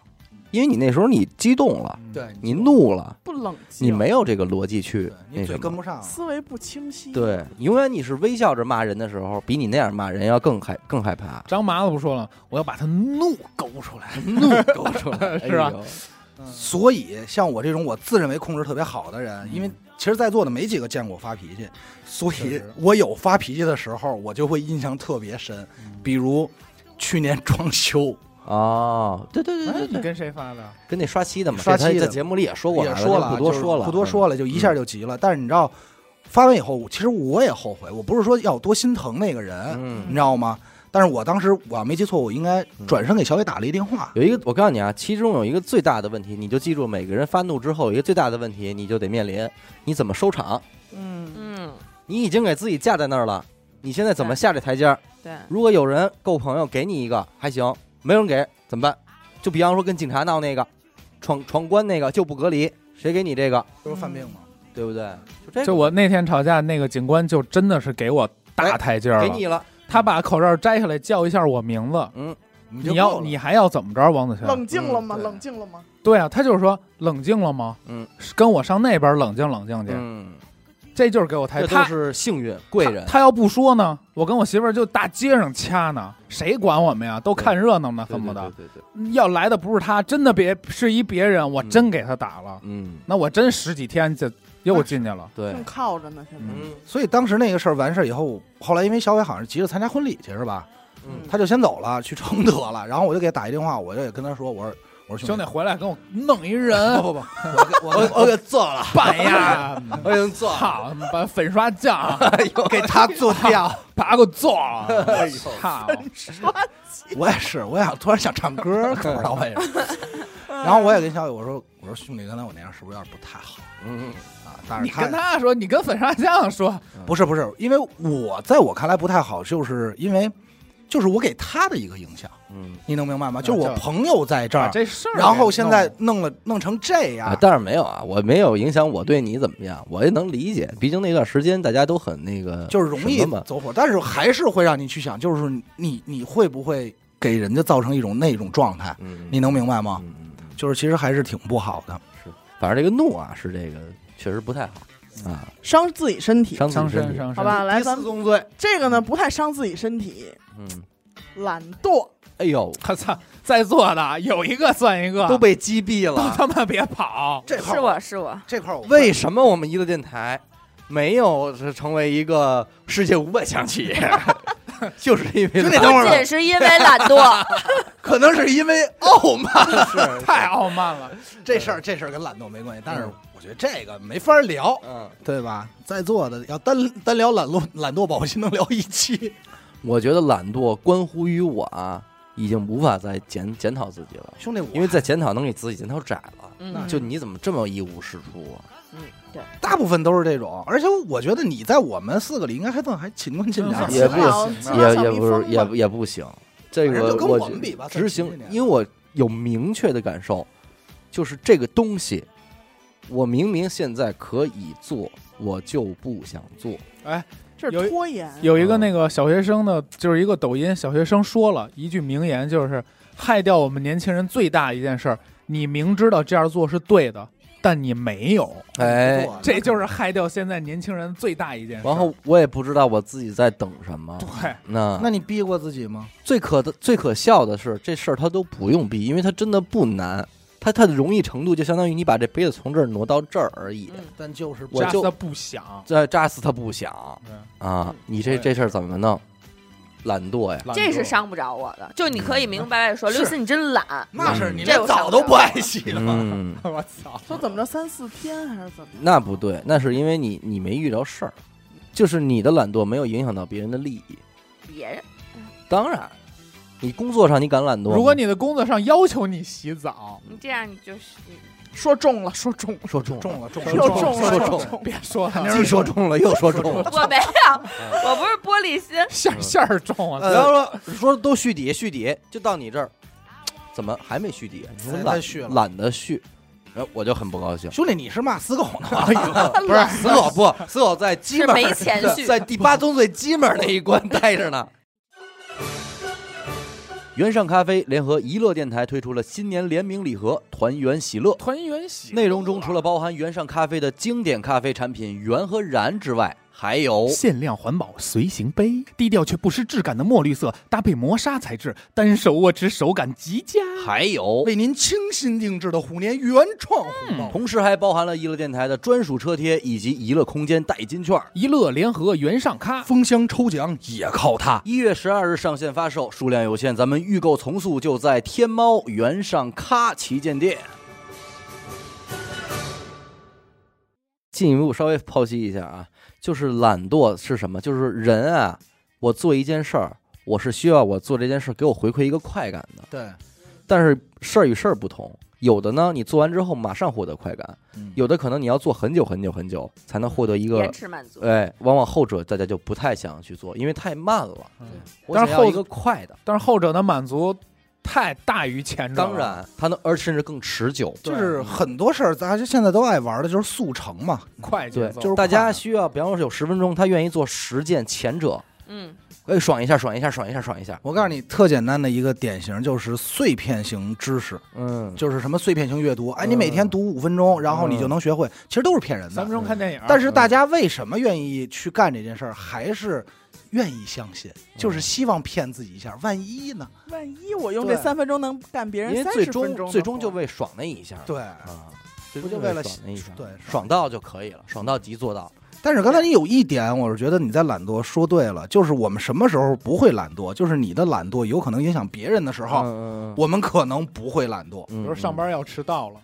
A: 因为你那时候你激动了，
D: 嗯，
B: 对，对
A: 你怒了，
C: 不冷静，
A: 你没有这个逻辑去
B: 对
A: 那
B: 你嘴
A: 什
B: 跟
A: 么。
B: 不上了，
C: 思维不清晰，，
A: 对，永远你是微笑着骂人的时候，比你那样骂人要更害更害怕
B: [LAUGHS]
D: 张麻子不说了，我要把他怒勾出来。
A: 怒勾出来， [LAUGHS]
D: 是
A: 哎
D: 吧
A: 呦？
B: 所以像我这种我自认为控制特别好的
A: 嗯
B: 人，因为其实，在座的没几个见过我发脾气，所
D: 确
B: 以
D: 实
B: 我有发脾气的时候，我就会印象特别深。比如去年装修
A: 哦，对对对
D: 哎
A: 对
D: 你
A: 对，
D: 跟谁发的？
A: 跟那刷漆的嘛，
B: 刷漆的
A: 这他在节目里也说过
B: 也
A: 了，
B: 说
A: 咱
B: 了，啊
A: 就不多
B: 就是
A: 说了，嗯
B: 不多说了，就一下就急了。但是你知道，发完以后，其实我也后悔，我不是说要多心疼那个人，你
A: 嗯。嗯，
B: 知道吗？但是我当时我要没记错，我应该
A: 嗯
B: 转身给小伟打了一电话。
A: 有一个，我告诉你啊，其中有一个最大的问题，你就记住，每个人发怒之后有一个最大的问题，你就得面临你怎么收场。
C: 嗯，
E: 嗯，
A: 你已经给自己架在那儿了，你现在怎么下这台阶儿？
E: 对，
A: 如果有人够朋友给你一个还行，没人给怎么办？就比方说跟警察闹那个，闯闯关那个就不隔离，谁给你这个？
B: 不是犯病吗？
A: 对不对？就
C: 哎
A: 这个，
D: 就我那天吵架，那个警官就真的是给我大台阶儿
A: 给
D: 了。
A: 你了，
D: 他把口罩摘下来，叫一下我名字。
B: 你就
D: 你要
B: 够了
D: 你还要怎么着，王子轩？
C: 冷静了吗？
A: 嗯对
C: 冷静了吗？
D: 对啊，他就是说冷静了吗？
A: 嗯，
D: 跟我上那边冷静冷静去。
A: 嗯，
D: 这就是给我台
A: 这
D: 阶。
A: 都
D: 哎他
A: 是幸运贵人
D: 他，他要不说呢，我跟我媳妇儿就大街上掐呢，谁管我们呀？都看热闹呢，
A: 对
D: 恨不得
A: 对对对，对
D: 要来的不是他，真的别是一别人，我真给他打了，
A: 嗯，
D: 那我真十几天就又进去了。
A: 对
C: 正，靠着呢，现在，
A: 嗯
B: 所以当时那个事儿完事儿以后，后来因为小伟好像是急着参加婚礼去是吧？
A: 嗯
B: 他就先走了，去承德了。然后我就给他打一电话，我就也跟他说，我说我说
D: 兄弟
B: 弟，
D: 回来跟我弄一人
B: 不不不，我给我给我给做了，
D: 办呀，
A: 我已经做哎好，
D: 操，把粉刷酱
B: 给他做掉。
D: 把给我做了，操，
B: 我也是，我想突然想唱歌，可不知道为
D: [LAUGHS]
B: 什么。然后我也跟小伟我说，我说兄弟，刚才我那样是不是有点不太好
A: 嗯，
B: 啊？但
D: 你
B: 是他
D: 跟他说，你跟粉刷酱说，
B: 不是不是，因为我在我看来不太好，就是因为就是我给他的一个影响，
A: 嗯
B: 你能明白吗？
D: 啊
B: 就是我
D: 这
B: 朋友在这
D: 把
B: 儿，
D: 这事儿给弄了，
B: 然后现在弄了弄成这样
A: 啊，，但是没有啊，我没有影响我对你怎么样，我也能理解，毕竟那段时间大家都很那个，
B: 就是容易
A: 什么嘛，
B: 走火，但是还是会让你去想，就是你你会不会给人家造成一种那种状态？
A: 嗯，
B: 你能明白
A: 啊
B: 吗？，
A: 嗯嗯
B: 就是其实还是挺不好的。
A: 反正这个怒啊是这个确实不太好啊，
C: 伤自己身体，
A: 伤自
D: 伤
A: 己身
D: 身
A: 体，
D: 伤身，
C: 好
D: [LAUGHS]
C: 吧，来
B: 第
C: 咱
B: 四
C: 们
B: 宗罪，
C: 这个呢不太伤自己身体，
A: 嗯，
C: 懒惰，
A: 哎呦，
D: 我操，在座的有一个算一个，
F: 都被击毙
D: 都
F: 了。
D: 他妈别跑，
B: 这块
E: 是
B: 儿
E: 我是我，
B: 这块儿我
A: [LAUGHS] 为什么我们娱乐电台没有是成为一个世界五百强企业？ [LAUGHS] 就是因为
B: 兄弟
A: 懒
B: 等会
E: 不
B: 儿啊吧
E: 仅是因为懒 [LAUGHS] 惰，
B: 可能是因为傲慢，
A: 哎
D: 太傲慢了。
A: 嗯
B: 这事儿这事儿跟懒惰没关系，但是我觉得这个没法聊，
A: 嗯，
B: 对吧？在座的要单单聊懒惰懒惰宝，我心能聊一期。
A: [LAUGHS] 我觉得懒惰关乎于我啊，已经无法再检检讨自己了，
B: 兄弟，我
A: 因为在检讨能给自己检讨窄了。
E: 嗯，
A: 就你怎么这么一无是处啊？
E: 嗯，对，
B: 大部分都是这种，而且我觉得你在我们四个里应该还算还勤奋勤
E: 嗯
B: 点儿，
A: 也不啊
C: 行
A: 也
C: 小
A: 也
C: 蜜
A: 不
C: 蜂
A: 是也
C: 吧
A: 不也不行，这
B: 反正
A: 个
B: 就跟
A: 我
B: 我
A: 觉
B: 们比吧
A: 执行
B: 再勤一，点
A: 因为我有明确的感受，就是这个东西，我明明现在可以做，我就不想做。
C: 这
D: 有
C: 是拖延，
D: 有一个
A: 嗯
D: 那个小学生的，就是一个抖音小学生说了一句名言，就是害掉我们年轻人最大一件事儿，你明知道这样做是对的，但你没有，
A: 哎，
B: 啊
D: 这就是害掉现在年轻人最大一件事儿。
A: 然后我也不知道我自己在等什么。
D: 对，
A: 那
B: 那你逼过自己吗？
A: 最可的最可笑的是，这事儿他都不用避，因为他真的不难，他他的容易程度就相当于你把这杯子从这儿挪到这儿而已。
E: 嗯
B: 但就是
A: 我
D: 扎
A: 就
D: 死他不想，
A: 这扎死他不想
D: 对
A: 啊
E: 嗯！
A: 你这这
D: 对
A: 事儿怎么弄？懒惰
D: [LAUGHS]
A: 呀，
D: 懒
E: 这是
D: 惰
E: 伤不着我的，就你可以明明白白地说，刘思你真懒，
B: 那是你
E: 这
B: 连
E: 我
B: 澡
E: 想
B: 都
E: 不
B: 不
E: 到
B: 爱洗了吗？
A: 嗯，
D: 我操！
C: 说怎么着三四天还是怎么着？
A: 那不对，那是因为你你没遇着事儿，就是你的懒惰没有影响到别人的利益。
E: 别人
A: 当然，你工作上你敢懒惰吗？
D: 如果你的工作上要求你洗澡，
E: 你这样你就是
C: 说中了，说中了，
A: 说中了，
B: 中了中
D: 了
B: 了
C: 又
D: 中
C: 中
A: 了
C: 了，
A: 说中
C: 了。
D: 别说
A: [LAUGHS]
D: 了，
A: 既说中了又说中 [LAUGHS] 了，
E: 我没有，我不是玻璃心，
D: 馅儿馅儿重啊！
A: 然后呃说说都续底续底，就到你这儿，怎么还没续底？啊你说
B: 太
A: 懒
B: 续了。
A: 嗯懒得续，然后我就很不高兴。
B: 兄弟，你是骂死狗呢？
A: 不是死狗不死狗在鸡
E: 是
A: 门
E: 没
A: 儿
E: 钱
A: [LAUGHS]
E: 续。
A: 在第八宗罪鸡门那一
E: [LAUGHS]
A: 关待着呢。原上咖啡联合娱乐电台推出了新年联名礼盒“团圆喜乐
D: 团圆喜”，啊
A: 内容中除了包含原上咖啡的经典咖啡产品“圆”和“燃”之外，还有
D: 限量环保随行杯，低调却不失质感的墨绿色，搭配磨砂材质，单手握持手感极佳。
A: 还有，
B: 为您倾心定制的虎年原创红
E: 嗯
B: 包，
A: 同时还包含了娱乐电台的专属车贴以及娱乐空间代金券。
D: 一乐联合原上咖，
B: 封箱抽奖也靠它。
A: 一月十二日上线发售，数量有限，咱们预购从速就在天猫原上咖旗舰店。进一步稍微剖析一下啊，就是懒惰是什么？就是人啊，我做一件事儿，我是需要我做这件事儿给我回馈一个快感的。
B: 对，
A: 但是事儿与事儿不同，有的呢，你做完之后马上获得快感，有的可能你要做很久很久很久才能获得一个
E: 延。迟满足，
A: 哎，往往后者大家就不太想去做，因为太慢了。
B: 嗯
A: 我想
D: 但是
A: 要
D: 后
A: 一个快的。
D: 但是后者的满足太大于前者。
A: 当，然，它能而甚至更持久。
B: 就是很多事儿，大家现在都爱玩的，就是速成嘛。
D: 快节
A: 对，
D: 奏
B: 就是
A: 大
B: 快
A: 家
B: 啊
A: 需要，比方说有十分钟，他愿意做十件前者，
E: 嗯，
A: 可以爽一下，爽一下，爽一下，爽一下。
B: 我告诉你，特简单的一个典型就是碎片型知识，
A: 嗯，
B: 就是什么碎片型阅读。哎，
A: 嗯
B: 你每天读五分钟，然后你就能学会，其实都是骗人
D: 三分
B: 的。
D: 钟看电影，
B: 但是大家为什么愿意去干这件事儿，还是愿意相信，就是希望骗自己一下，万一呢？
C: 万一我用这
B: 对
C: 三分钟能干别
A: 因
C: 人
A: 为
C: 三
A: 最
C: 十分钟
A: 终
C: 的
A: 最终就
C: 活
A: 为爽那一下，
B: 对。
A: 啊，最
B: 不
A: 终
B: 就
A: 为
B: 为了
A: 爽那一下，
B: 对
A: 爽到就可以了，爽到即做到。
B: 但是刚才你有一点，我是觉得你在懒惰说对了，就是我们什么时候不会懒惰，就是你的懒惰有可能影响别人的时候，
A: 嗯，
B: 我们可能不会懒惰。
A: 比
D: 比如上，班要迟到了，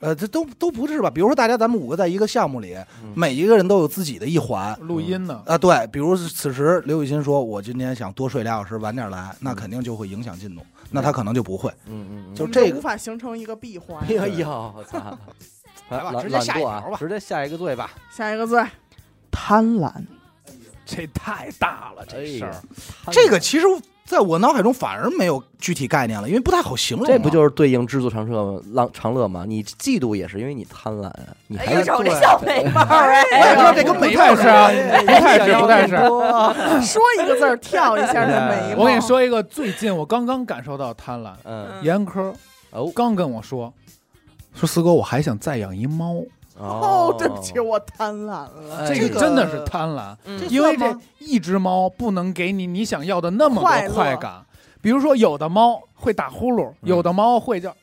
B: 呃，这都都不是吧？比如说大家咱们五个在一个项目里，
A: 嗯
B: 每一个人都有自己的一环。
D: 录音呢，
B: 啊，对，比如此时刘雨欣说：“我今天想多睡俩小时，晚点来。”那肯定就会影响进度，那他可能就不会。
A: 嗯嗯，
B: 就
C: 我们
B: 这
C: 无
B: 个
C: 法形成一个闭环
A: 哎。呀呀，我操！啊
B: [LAUGHS] 来吧
A: 懒
B: 直接下一
A: 懒惰啊
B: 条吧
A: 直接下一个罪吧。
C: 下一个字，贪婪。
D: 这太大了，这事
A: 哎
D: 儿
A: 呀
B: 这个其实在我脑海中反而没有具体概念了，因为不太好形容嘛。啊
A: 这不就是对应知足常乐吗？浪长乐吗？你嫉妒也是因为你贪婪啊，你
E: 哎
A: 还
E: 呦，
A: 是
E: 瞅这小眉毛
A: [LAUGHS]
E: 儿，
B: 我也
E: 哎
B: 知
E: 呦
B: 道这跟
D: 不
B: 没
D: 太是啊，不太
A: 想
D: 是，
A: 要
D: 不太是
A: 更。多啊
C: 说一个字儿跳一下的
A: 哎
C: 眉毛。
D: 我跟你，说一个，最近我刚刚感受到贪婪，
A: 嗯
E: 嗯
D: 严科
A: 哦
D: 刚跟我说，说四哥，我还想再养一猫，
C: 哦，对不起，我贪婪了。
A: 哎
D: 这
A: 这
D: 个
A: 个
D: 真的是贪婪，
E: 嗯
D: 因为
B: 算
D: 这
B: 吗
D: 一只猫不能给你你想要的那么
C: 快
D: 多
C: 乐
D: 快感。比如说，有的猫会打呼噜，有的猫会叫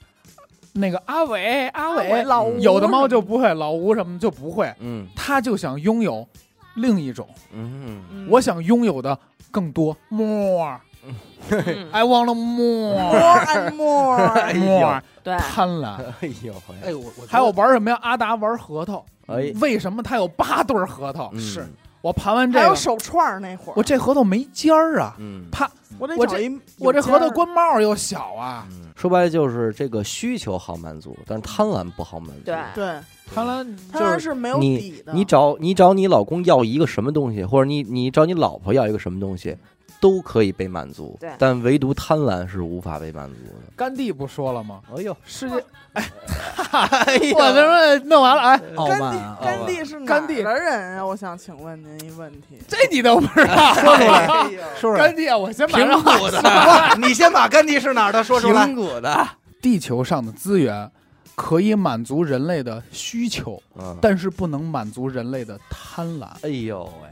D: 那个阿伟阿伟，
C: 老吴
D: 啊有的猫就不会，老吴什么就不会，
A: 嗯
D: 它就想拥有另一种，
A: 嗯。
E: 嗯
D: 我想拥有的更多，more。
E: 嗯
D: I want more
C: more and
D: [LAUGHS]
C: more，
D: more
A: [LAUGHS]
E: 对，
D: 贪婪，
A: 哎呦，好像
B: 哎，我我觉得
D: 还有玩什么呀？阿达玩核桃，
A: 哎，
D: 为什么他有八对儿核桃？
A: 嗯，
D: 我盘完这
C: 还有
D: 个，
C: 手串儿那会儿，
D: 我这核桃没尖儿啊，
A: 嗯，
C: 我得
D: 我
C: 找
D: 这
C: 一
D: 我这核桃
C: 棍，
D: 官帽又小啊，
A: 嗯说白了就是这个需求好满足，但是贪婪不好满足。
E: 对
C: 对，嗯
D: 贪婪
C: 它
D: 就
C: 然
D: 是
C: 是没有底的。
A: 你找你找你老公要一个什么东西，或者你你找你老婆要一个什么东西，都可以被满足
E: 对，
A: 但唯独贪婪是无法被满足的。
D: 甘地不说了吗？
A: 哎呦，
D: 世界，哎，我他妈弄完了，哎，
B: 傲
C: 甘
B: 慢
C: 地
B: 啊，
C: 甘地是哪
D: 甘地
C: 儿的人啊？我想请问您一问题。
D: 这你都不知道，说出
B: [LAUGHS]
D: 来。
C: 哎呦
B: 是不是？
D: 甘地啊，我先马上。
B: 果的， [LAUGHS] 你先把甘地是哪儿的说出来。
A: 果的，
D: 地球上的资源可以满足人类的需求，
A: 嗯，
D: 但是不能满足人类的贪婪。
A: 哎呦喂，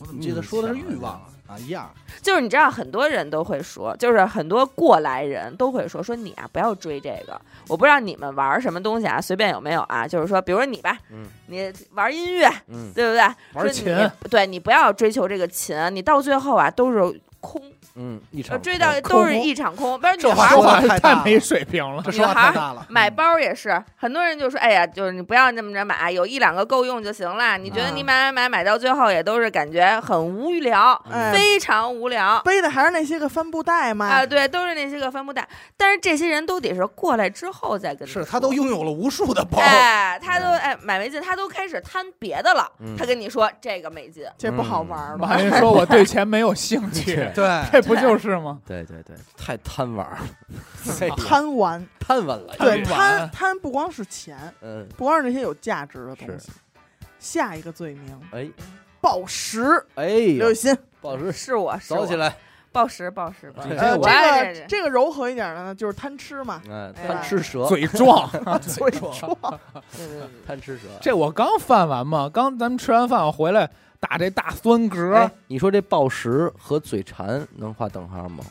B: 我怎么记得说的是欲望啊？一样，
E: 就是你知道，很多人都会说，就是很多过来人都会说，说你啊，不要追这个。我不知道你们玩什么东西啊，随便有没有啊？就是说，比如说你吧，
A: 嗯
E: 你玩音乐，
A: 嗯
E: 对不对？
D: 玩
E: 说
D: 琴
E: 你，对你不要追求这个琴，你到最后啊都是空，
A: 嗯，一
C: 呃
E: 就
A: 场
E: 追到都是一场空。但是女
B: 这
E: 孩
B: 话
E: 儿
B: 说
D: 哇
B: 话
D: 哎
B: 太大
D: 太
B: 了，
D: 没水平了。
B: 这说话太大了。
E: 买包也是，很多人就说：“哎呀，就是你不要这么着买，有一两个够用就行了。”你觉得你买买买买到最后也都是感觉很无聊，
C: 哎，
E: 非常无聊
C: [LAUGHS] 背的还是那些个帆布袋嘛。
E: 啊！对，都是那些个帆布袋，但是这些人都得是过来之后再跟你
B: 是
E: 说
B: 他都拥有了无数的包，
E: 哎，他都哎买没劲，他都开始贪别的了。
A: 嗯
E: 他跟你说这个没劲，
C: 这不好玩了。
D: 马云说：“我对钱没有兴趣
A: 对。
B: 对”，
D: [LAUGHS] 这不就是吗？
A: 对对对，太贪玩 [LAUGHS] 儿了，哎呀
C: 贪玩，
A: 贪玩了，
C: 对
D: 贪
C: 贪
D: 玩啊
C: 贪不光是钱，
A: [LAUGHS] 嗯，
C: 不光是那些有价值的东西。下一个罪名，
A: 哎
C: 暴食。
A: 哎
C: 刘
A: 呦
C: 雨，欣，
A: 宝石
E: 是我是
A: 走
E: 我
A: 起， [LAUGHS] 来，
E: 暴食暴食暴食
A: 哎
C: 呃，
A: 我
C: 这
E: 爱这
C: 个这个柔和一点的呢，就是贪吃嘛，
A: 嗯，
E: 哎
A: 贪吃蛇，
D: 嘴壮，
C: 所以说 [LAUGHS]
E: 对对对
A: 贪吃蛇。
D: 这我刚犯完嘛，刚咱们吃完饭我回来打这大酸
A: 哎
D: 嗝，，
A: 你说这暴食和嘴馋能画等号吗？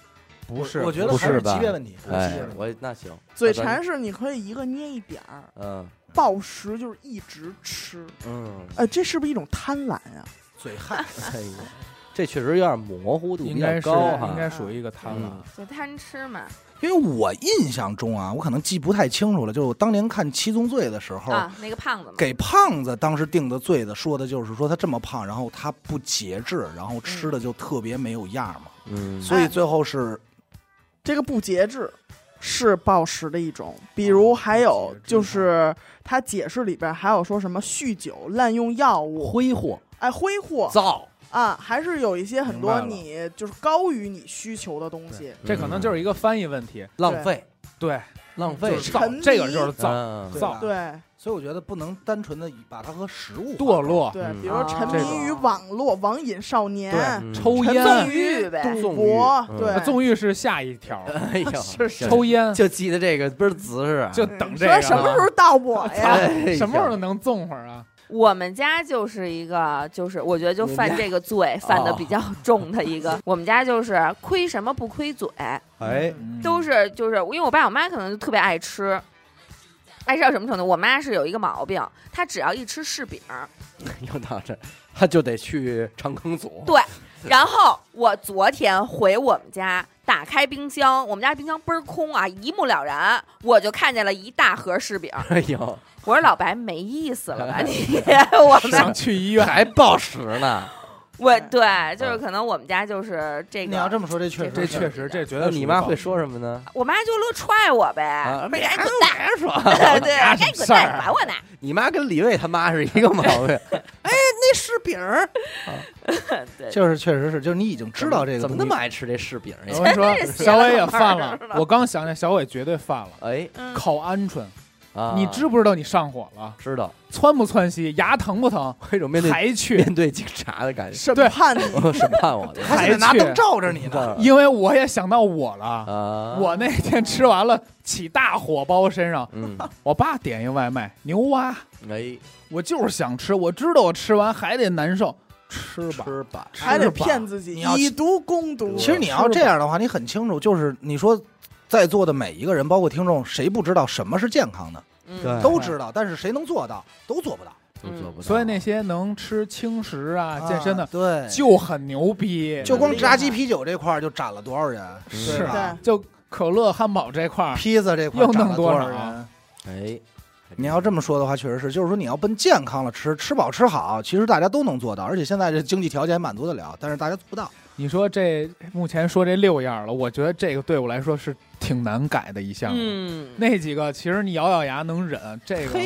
D: 不是，
B: 我觉得
A: 不
B: 还
A: 是吧
B: 级别问题，还是级
A: 哎
B: 别问，题
A: 我那行，
C: 嘴
A: 那咱
C: 馋是你可以一个捏一点儿，
A: 嗯
C: 暴食就是一直吃。
A: 嗯，
C: 呃，这是不是一种贪婪啊呀？
B: 嘴嗨，
A: 哎呦，这确实有点模糊度比
D: 应
A: 较
D: 该是
A: 高
D: 应
A: 哈。
D: 该属于一个贪婪
A: 嗯。
E: 就贪吃嘛
B: 因为我印象中啊，我可能记不太清楚了，就是我当年看《七宗罪》的时候，
E: 啊，那个胖子嘛，
B: 哦给胖子当时定的罪的，说的就是说他这么胖，然后他不节制，然后吃的就特别没有样嘛，
A: 嗯，
B: 所以最后是
C: 这个不节制是暴食的一种，比
D: 哦
C: 如还有就是他解释里边还有说什么酗酒、滥用药物、
A: 挥霍
C: 哎挥霍
A: 造，
C: 啊，还是有一些很多
D: 明白了
C: 你就是高于你需求的东西。
D: 这
A: 嗯
D: 可能就是一个翻译问题，
A: 浪费，
D: 对，
A: 浪费
D: 就是是造
C: 沉迷
D: 这个就是造
A: 嗯
B: 对
D: 哎造
B: 吧
C: 对
B: 所以我觉得不能单纯的把它和食物
D: 堕落，
C: 对，
A: 嗯
C: 比如说沉
D: 啊这
C: 迷
D: 种
C: 于网络、网瘾少年、
A: 嗯
D: 抽
C: 沉
D: 烟啊
C: 迷
E: 纵，
C: 于
E: 欲呗
C: 赌
A: 纵欲
C: 博
A: 嗯，
C: 对，
D: 呃纵欲是下一条，
A: 哎呦，
D: 抽烟
A: 就记得这个倍儿姿势啊，
D: 嗯就等这
C: 嗯说
D: 个，
C: 什么时候到我
D: [LAUGHS]
C: 呀？
A: 哎
D: 什么时候
A: 呀
D: 能纵会儿
A: [LAUGHS]
D: 啊？
E: 我们家就是一个，就是我觉得就犯这个罪犯的比较重的一个。我们家就是亏什么不亏嘴，
A: 哎，
B: 嗯
E: 都是就是因为我爸我妈可能就特别爱吃，爱吃到什么程度？我妈是有一个毛病，她只要一吃柿饼，
A: 又到这，他就得去长坑组，
E: 对然后我昨天回我们家，打开冰箱，我们家冰箱倍儿空啊，一目了然，我就看见了一大盒柿饼。
A: 哎呦，
E: 我说老白没意思了吧你？我们
D: 想去医院，
A: 啊还暴食呢，
E: 我对，就是可能我们家就是这个。
B: 你要这么说，这确实
D: 这
B: 是
D: 确实这绝
A: 那
D: 对。
A: 你妈会说什么呢？
E: 我妈就乐踹我呗，
A: 啊
E: 不是赶紧滚
A: 还说，
E: [LAUGHS] 蛋，对，
D: 哪
E: 赶
D: 有
E: 紧
D: 什么
E: 滚
D: 事儿
E: 蛋，
D: 啊
E: 管我呢。
A: 你妈跟李卫他妈是一个毛病，
B: 那柿饼儿，
E: 对，
B: 就是确实是，就是你已经知道这个
A: 怎
B: 东
A: 么
B: 西
A: 那么爱吃这柿饼
D: 我
A: 呀？
D: 跟你说，
E: 真是邪
D: 小伟
E: 了
D: 也
E: 门
D: 犯
E: 儿
D: 了
E: 了。
D: 我刚想起来，小伟绝对犯了。
A: 哎，
E: 嗯
D: 烤鹌鹑，
A: 啊
D: 你知不知道你上火了？
A: 知道，
D: 窜不窜稀？牙疼不疼？
A: 有一种面对
D: 还去？
A: 面对警察的感觉，
C: 审
D: 对
C: 判你，
A: 哦审判我的
D: 还
B: 还得拿灯照着你呢，
D: 因为我也想到我了。
A: 啊，
D: 我那天吃完了，起大火包我身上。
A: 嗯，
D: 我爸点一外卖，牛蛙，
A: 哎，
D: 我就是想吃，我知道我吃完还得难受，吃吧。
A: 吃吧，
C: 还得骗自己
B: 你要，
C: 以毒攻毒。
B: 其实你要这样的话，你很清楚，就是你说在座的每一个人，包括听众，谁不知道什么是健康的？
E: 嗯
A: 对
D: 哎
B: 都知道，但是谁能做到，都做不到。
A: 都做不到，
D: 所以那些能吃轻食啊、健身的，
B: 对，
D: 就很牛逼。
B: 就光
E: 厉
B: 炸
E: 害
B: 鸡啤酒这块儿就斩了多少人，
A: 是
B: 对
C: 对
B: 吧？
D: 就可乐、汉堡这块儿，
B: 披萨这块儿
D: 又
B: 斩
D: 弄
B: 了
D: 多
B: 少
D: 少
B: 人？
A: 哎，
B: 你要这么说的话，确实是，就是说你要奔健康了吃，吃饱吃好，其实大家都能做到，而且现在这经济条件也满足得了，但是大家做不到。
D: 你说这目前说这六样了，我觉得这个对我来说是挺难改的一项。
E: 嗯，
D: 那几个其实你咬咬牙能忍，这个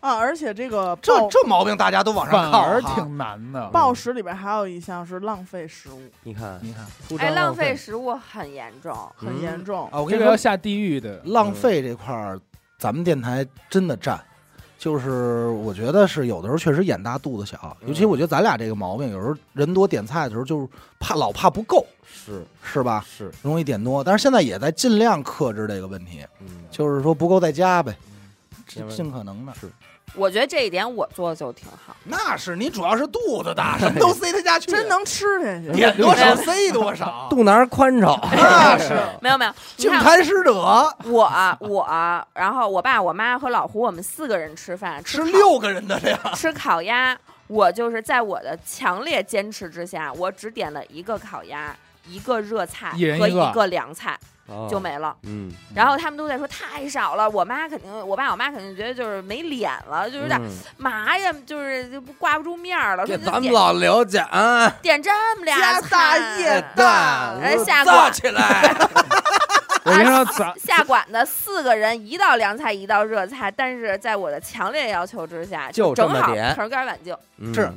C: 啊，而且这个
B: 这
C: 暴
B: 这毛病大家都往上
D: 反
B: 靠
D: 而
B: 哈，
D: 挺难的。
C: 暴食里边还有一项是浪费食物，
A: 你看，
B: 你看
A: 出
E: 哎，
A: 张
E: 浪费食物很严重。
C: 很严重。
B: 啊，我
D: 这
B: 跟你
D: 个要
B: 说，
D: 下地狱的。
B: 浪费这块儿，咱们电台真的占。就是我觉得是有的时候确实眼大肚子小，尤
D: 嗯
B: 其我觉得咱俩这个毛病，有时候人多点菜的时候就是怕老怕不够，
A: 是
B: 是吧？
A: 是，
B: 容易点多，但是现在也在尽量克制这个问题，
A: 嗯，
B: 就是说不够再加呗，
D: 嗯
B: 尽
A: 因为
B: 尽可能的。
E: 我觉得这一点我做的就挺好。
B: 那是你主要是肚子
D: [LAUGHS]
B: 大，什么都塞他家去，
C: 真能吃下去，
B: 点多少塞
D: [LAUGHS]
B: 多少，
A: 肚腩宽
E: [LAUGHS]
A: 敞，啊
B: 那是
E: 没有没有，你
B: 净
E: 看
B: 贪吃者，
E: 我我，然后我爸、我妈和老胡，我们四个人吃饭，
B: 吃
E: 烤
B: 六个人的量，
E: 吃烤鸭。我就是在我的强烈坚持之下，我只点了一个烤鸭，一个热菜
D: 一人
E: 和
D: 一个
E: 一个凉菜就，没了。
A: 嗯，
E: 然后他们都在说太少了，我妈肯定，我爸我妈肯定觉得就是没脸了，
A: 嗯
E: 就有点嘛呀，就是就不挂不住面儿了。说
F: 这
E: 你
F: 咱们
E: 点
F: 老刘家啊，
E: 点这么俩
C: 家大
E: 菜
C: 业
F: 大，
E: 哎
F: 我
E: 下
F: 造
E: 馆
F: 起来，
D: 我跟你说，咱
E: 下馆子四个人，一道凉菜，一道热菜，但是在我的强烈要求之下，
A: 就
E: 正
A: 这么
E: 好
A: 点
E: 盆干碗净，
A: 嗯
B: 是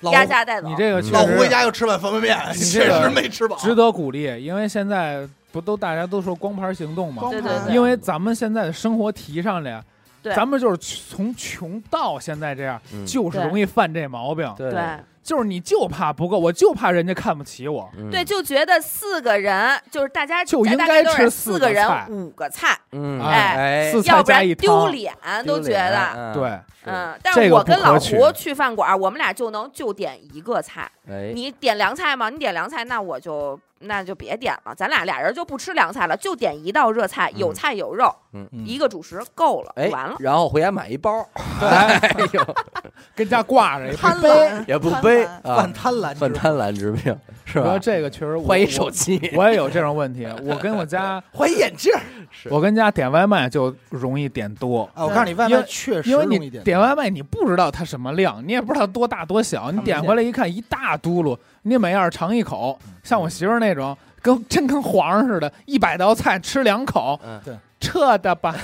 F: 老
E: 压价带走
D: 你。这个
A: 嗯
D: 确
A: 老
B: 老
D: 实
B: 胡回家又吃碗方便面，
D: 你
B: 确
D: 这个
B: 实没吃饱。
D: 值得鼓励，因为现在不都大家都说光盘行动嘛，
C: 光
E: 对对
C: 盘
E: 对
D: 因为咱们现在的生活提上来，
E: 对
D: 咱们就是从穷到现在这样，
A: 嗯
D: 就是容易犯这毛病，
A: 对
E: 对
D: 就是你就怕不够，我就怕人家看不起我。
A: 嗯
E: 对，就觉得四个人就是大家
D: 就应
E: 家大
D: 该
E: 家都
D: 吃
E: 是
D: 四
E: 四
D: 个
E: 个人
D: 菜
E: 五个菜，
A: 嗯
D: 哎
A: 哎
D: 四，菜
E: 要不
D: 加
E: 然
D: 一汤
E: 丢脸都觉
A: 丢脸
E: 得。，
D: 对，
A: 嗯
E: 嗯，但是我跟
D: 这个不
E: 老
D: 可取
E: 胡去饭馆，我们俩就能就点一个菜。
A: 是哎，
E: 你点凉菜吗？你点凉菜，那我就那就别点了，咱俩俩人就不吃凉菜了，就点一道热菜，有
A: 嗯
E: 菜有肉，
B: 嗯
E: 一个主食够了，
A: 哎
E: 就完了。
A: 然后回家买一包，[LAUGHS]
D: 哎
A: 哎呦，
D: 跟家
A: [LAUGHS]
D: 挂着一
C: 贪
D: 杯。
C: 婪
A: 也不背
C: 贪
A: 啊
B: 犯，贪婪之
A: 犯贪婪之病是
D: 我
A: 吧
D: 说？这个确实我，
A: 换一
D: 我
A: 手机，
D: [LAUGHS] 我也有这种问题。我跟我
A: [LAUGHS]
D: 家，
B: 怀疑眼镜儿
D: 我跟家点外卖就容易点多，
B: 啊！我告诉你，外
D: 因
B: 卖
D: 为
B: 确实
D: 因为
B: 容易
D: 你点外卖你不知道它什么量，你也不知道多大多小，你
B: 们
D: 点
B: 现
D: 回来一看一大嘟噜，你每样尝一口。像我媳妇儿那种，跟真跟皇上似的，一百道菜吃两口，
A: 嗯
B: 对，
D: 撤的吧，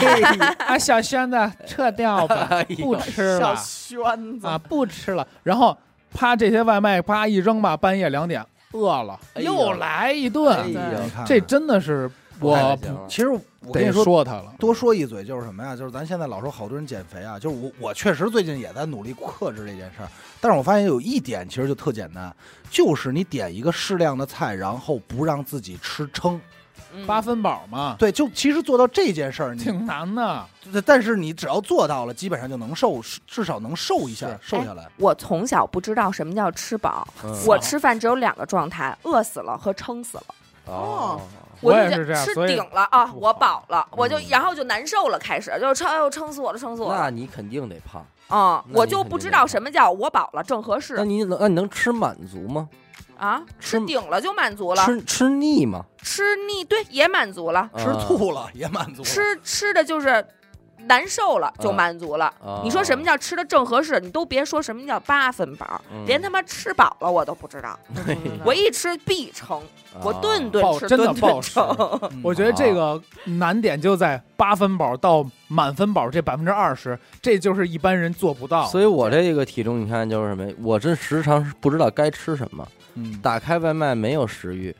B: 点，
D: 啊小轩子撤掉吧
A: 哎，呦
D: 不吃
C: 小
D: 了。
C: 轩子
D: 啊，，不吃了。然后啪，这些外卖啪一扔吧，半夜两点饿了，
A: 哎呦
D: 又来一
A: 哎
D: 顿。
A: 呦，
D: 嗯这真的是
A: 太
D: 我
A: 不行了
B: 啊其实我跟
D: 得
B: 你说，
D: 说他了。
B: 多说一嘴就是什么呀？就是咱现在老说好多人减肥啊，就是我我确实最近也在努力克制这件事儿，但是我发现有一点其实就特简单，就是你点一个适量的菜，然后不让自己吃撑。
E: 嗯
D: 八分饱嘛，
B: 对，就其实做到这件事儿，你
D: 挺难的。
B: 但是你只要做到了，基本上就能瘦，至少能瘦一下，瘦下来。
E: 我从小不知道什么叫吃饱，
A: 嗯
E: 我吃饭只有两个状态：饿死了和撑死了。
A: 哦，
D: 我也
E: 就是
D: 这样
E: 吃
D: 所以
E: 顶了啊，
D: 不
E: 我饱了，我就
A: 嗯
E: 然后就难受了，开始就是撑，哎呦，撑死我了，撑死我了。
A: 那你肯定得胖。
E: 嗯，
A: 那
E: 我
A: 你
E: 就
A: 肯
E: 不
A: 定
E: 知
A: 得
E: 道
A: 胖
E: 什么叫我饱了正合
A: 那
E: 适
A: 你能那你能吃满足吗？
E: 啊，吃
A: 吃
E: 顶了就满足了，
A: 吃吃腻吗？啊
E: 吃腻对也满足了，
D: 哎
B: 吃
D: 嗯
B: 吐了 [LAUGHS] 也满足了，
E: 吃吃的就是难受了就
A: 啊
E: 满足了。
A: 啊
E: 你说什么叫吃的正合适？你都别说什么叫八分饱，
A: 嗯
E: 连他妈吃饱了我都不知道。
C: 不
A: [LAUGHS]
C: 知道
E: 我一吃必撑，
A: 啊
E: 我顿顿
D: 暴
E: 吃，
D: 真的
E: 顿
D: 暴
E: 顿
D: 食
E: 撑。
B: 嗯
D: 我觉得这个难点就在八分饱到满分饱这百分之二十，这就是一般人做不到。
A: 所以我这个体重，你看就是什么？我这时常是不知道该吃什么，
B: 嗯
A: 打开外卖没有食欲，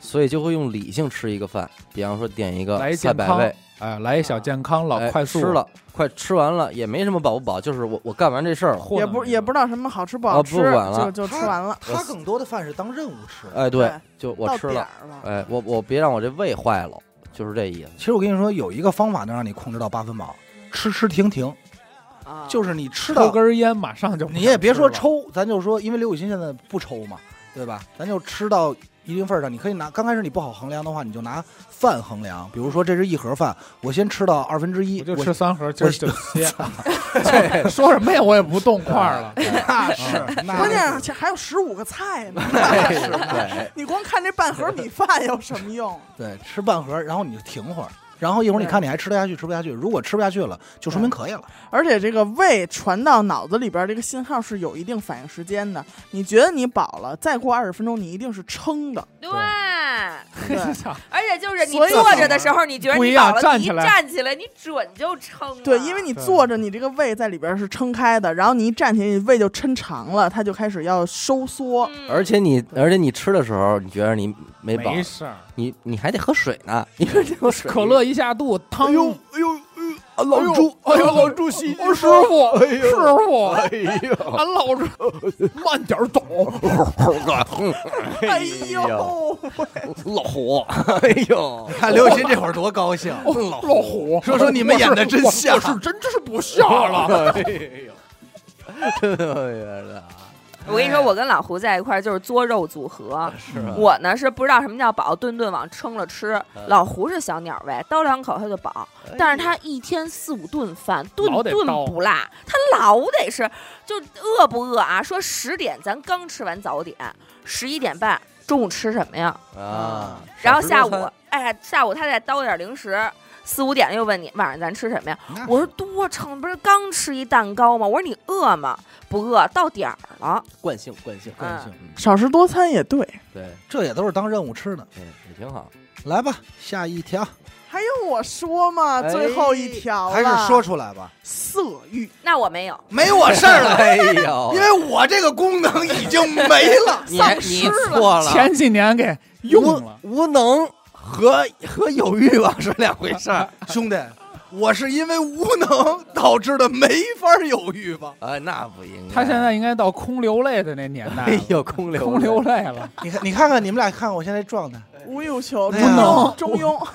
A: 所以就会用理性吃一个饭，比方说点一
D: 来
A: 个
D: 一
A: 菜
D: 健
A: 百
D: 康
A: 味，，
D: 哎，来一小健康老
A: 哎
D: 快速
A: 吃，了，快吃完了也没什么饱不饱，就是我我干完这事儿了，
D: 糊
C: 也
D: 弄
C: 不
D: 着
C: 也不知道什么好吃不
A: 啊
C: 好
A: 不
C: 吃，
A: 管了
C: 就就吃完了，
B: 他更多的饭是当任务吃。
A: 哎对
C: 对，
A: 就
C: 到
A: 我吃
C: 点
A: 了，
C: 儿了，
A: 哎我我别让我这胃坏了，就是这意思。
B: 其实我跟你说，有一个方法能让你控制到八分饱，吃吃停停，
E: 啊
B: 就是你吃
D: 抽
B: 到，
D: 根烟马上就不
B: 你也
D: 想
B: 别
D: 吃
B: 说
D: 了，
B: 抽，咱就说，因为刘雨欣现在不抽嘛，对吧？咱就吃到一定份儿上，你可以拿，刚开始你不好衡量的话，你就拿饭衡量，比如说这是一盒饭，我先吃到二分之一，
D: 我就
B: 我
D: 吃三盒，今儿
B: [LAUGHS]
D: 就歇。这说什么呀？我也不动块儿了。
B: [LAUGHS]
D: 啊
B: 那是，那
C: 关键是还有十五个菜呢， [LAUGHS]
A: 对，
C: 你光看这半盒米饭有什么用？啊
B: 对，吃半盒，然后你就停会儿，然后一会儿你
C: 对
B: 看你还吃得下去吃不下去，如果吃不下去了，就说明可以了。
C: 而且这个胃传到脑子里边儿这个信号是有一定反应时间的。你觉得你饱了，再过二十分钟你一定是撑的，
E: 对。
C: 对，
E: 而且就是你
C: 所以
E: 坐着的时候，你觉得
D: 不一
E: 你
D: 样
E: 饱了，
D: 站
E: 你
D: 起
E: 一
D: 来
E: 站起来，你准就撑啊了。
C: 对，因为你坐着，你这个胃在里边儿是撑开的，然后你一站起来，你胃就抻长了，它就开始要收缩。
E: 嗯
A: 而且你而且你吃的时候，你觉得你没饱，
D: [LAUGHS] 没事儿，
A: 你你还得喝水呢， [LAUGHS] 你说这个水
D: 可乐一下肚，汤。
B: 哎呦，老朱，
D: 哎呦老
B: 朱喜
D: 哦，师傅，
B: 哎呦
D: 师傅，
A: 哎呦，
D: 俺老着，慢点儿走。
B: 嗯
C: 哎呦，
A: [LAUGHS] 老虎，哎呦，
B: 看刘雨欣这会儿多高兴，
D: 老虎，
B: 说说你们演得真
D: 我是
B: 像
D: 我是真是不下了。
A: 哎
E: 我跟你说，我跟老胡在一块儿就是作肉组合。
A: 是吧？
E: 我呢是不知道什么叫饱，顿顿往撑了吃。老胡是小鸟胃，叨两口他就饱，但是他一天四五顿饭，顿
D: 老得
E: 顿
D: 叨
E: 不落，他老得吃。就饿不饿啊？说十点咱刚吃完早点，十一点半中午吃什么呀？
A: 啊，
E: 然后
A: 少吃
E: 下
A: 多餐
E: 午，哎，下午他再叨点零食，四五点又问你晚上咱吃什么呀？
B: 那
E: 我说多撑，不是刚吃一蛋糕吗？我说你饿吗？不饿，到点儿了。
A: 惯性惯性
E: 惯性
A: 嗯，
C: 少食多餐也对。
A: 对，
B: 这也都是当任务吃的。
A: 嗯，也挺好。
B: 来吧，下一条，
C: 还用我说吗？
A: 哎
C: 最后一条了
B: 还是说出来吧，
C: 色欲，
E: 那我没有，
B: 没我事儿了， [LAUGHS]
A: 哎呦
B: 因，为我这个功能已经没了。
A: 你你错了，
D: 前几年给用了，
A: 无无能和和有欲望是两回事儿。
B: [LAUGHS] 兄弟，我是因为无能导致的，没法有欲望。
A: 哎，那不应该。
D: 他现在应该到空流泪的那年代
A: 哎
D: 了，
A: 呦，空流
D: 空流泪了，
B: 你看，你看看你们俩，看看我现在状态，
C: 无欲无求，
B: 哎
C: 中
B: 呀
C: 庸，中庸，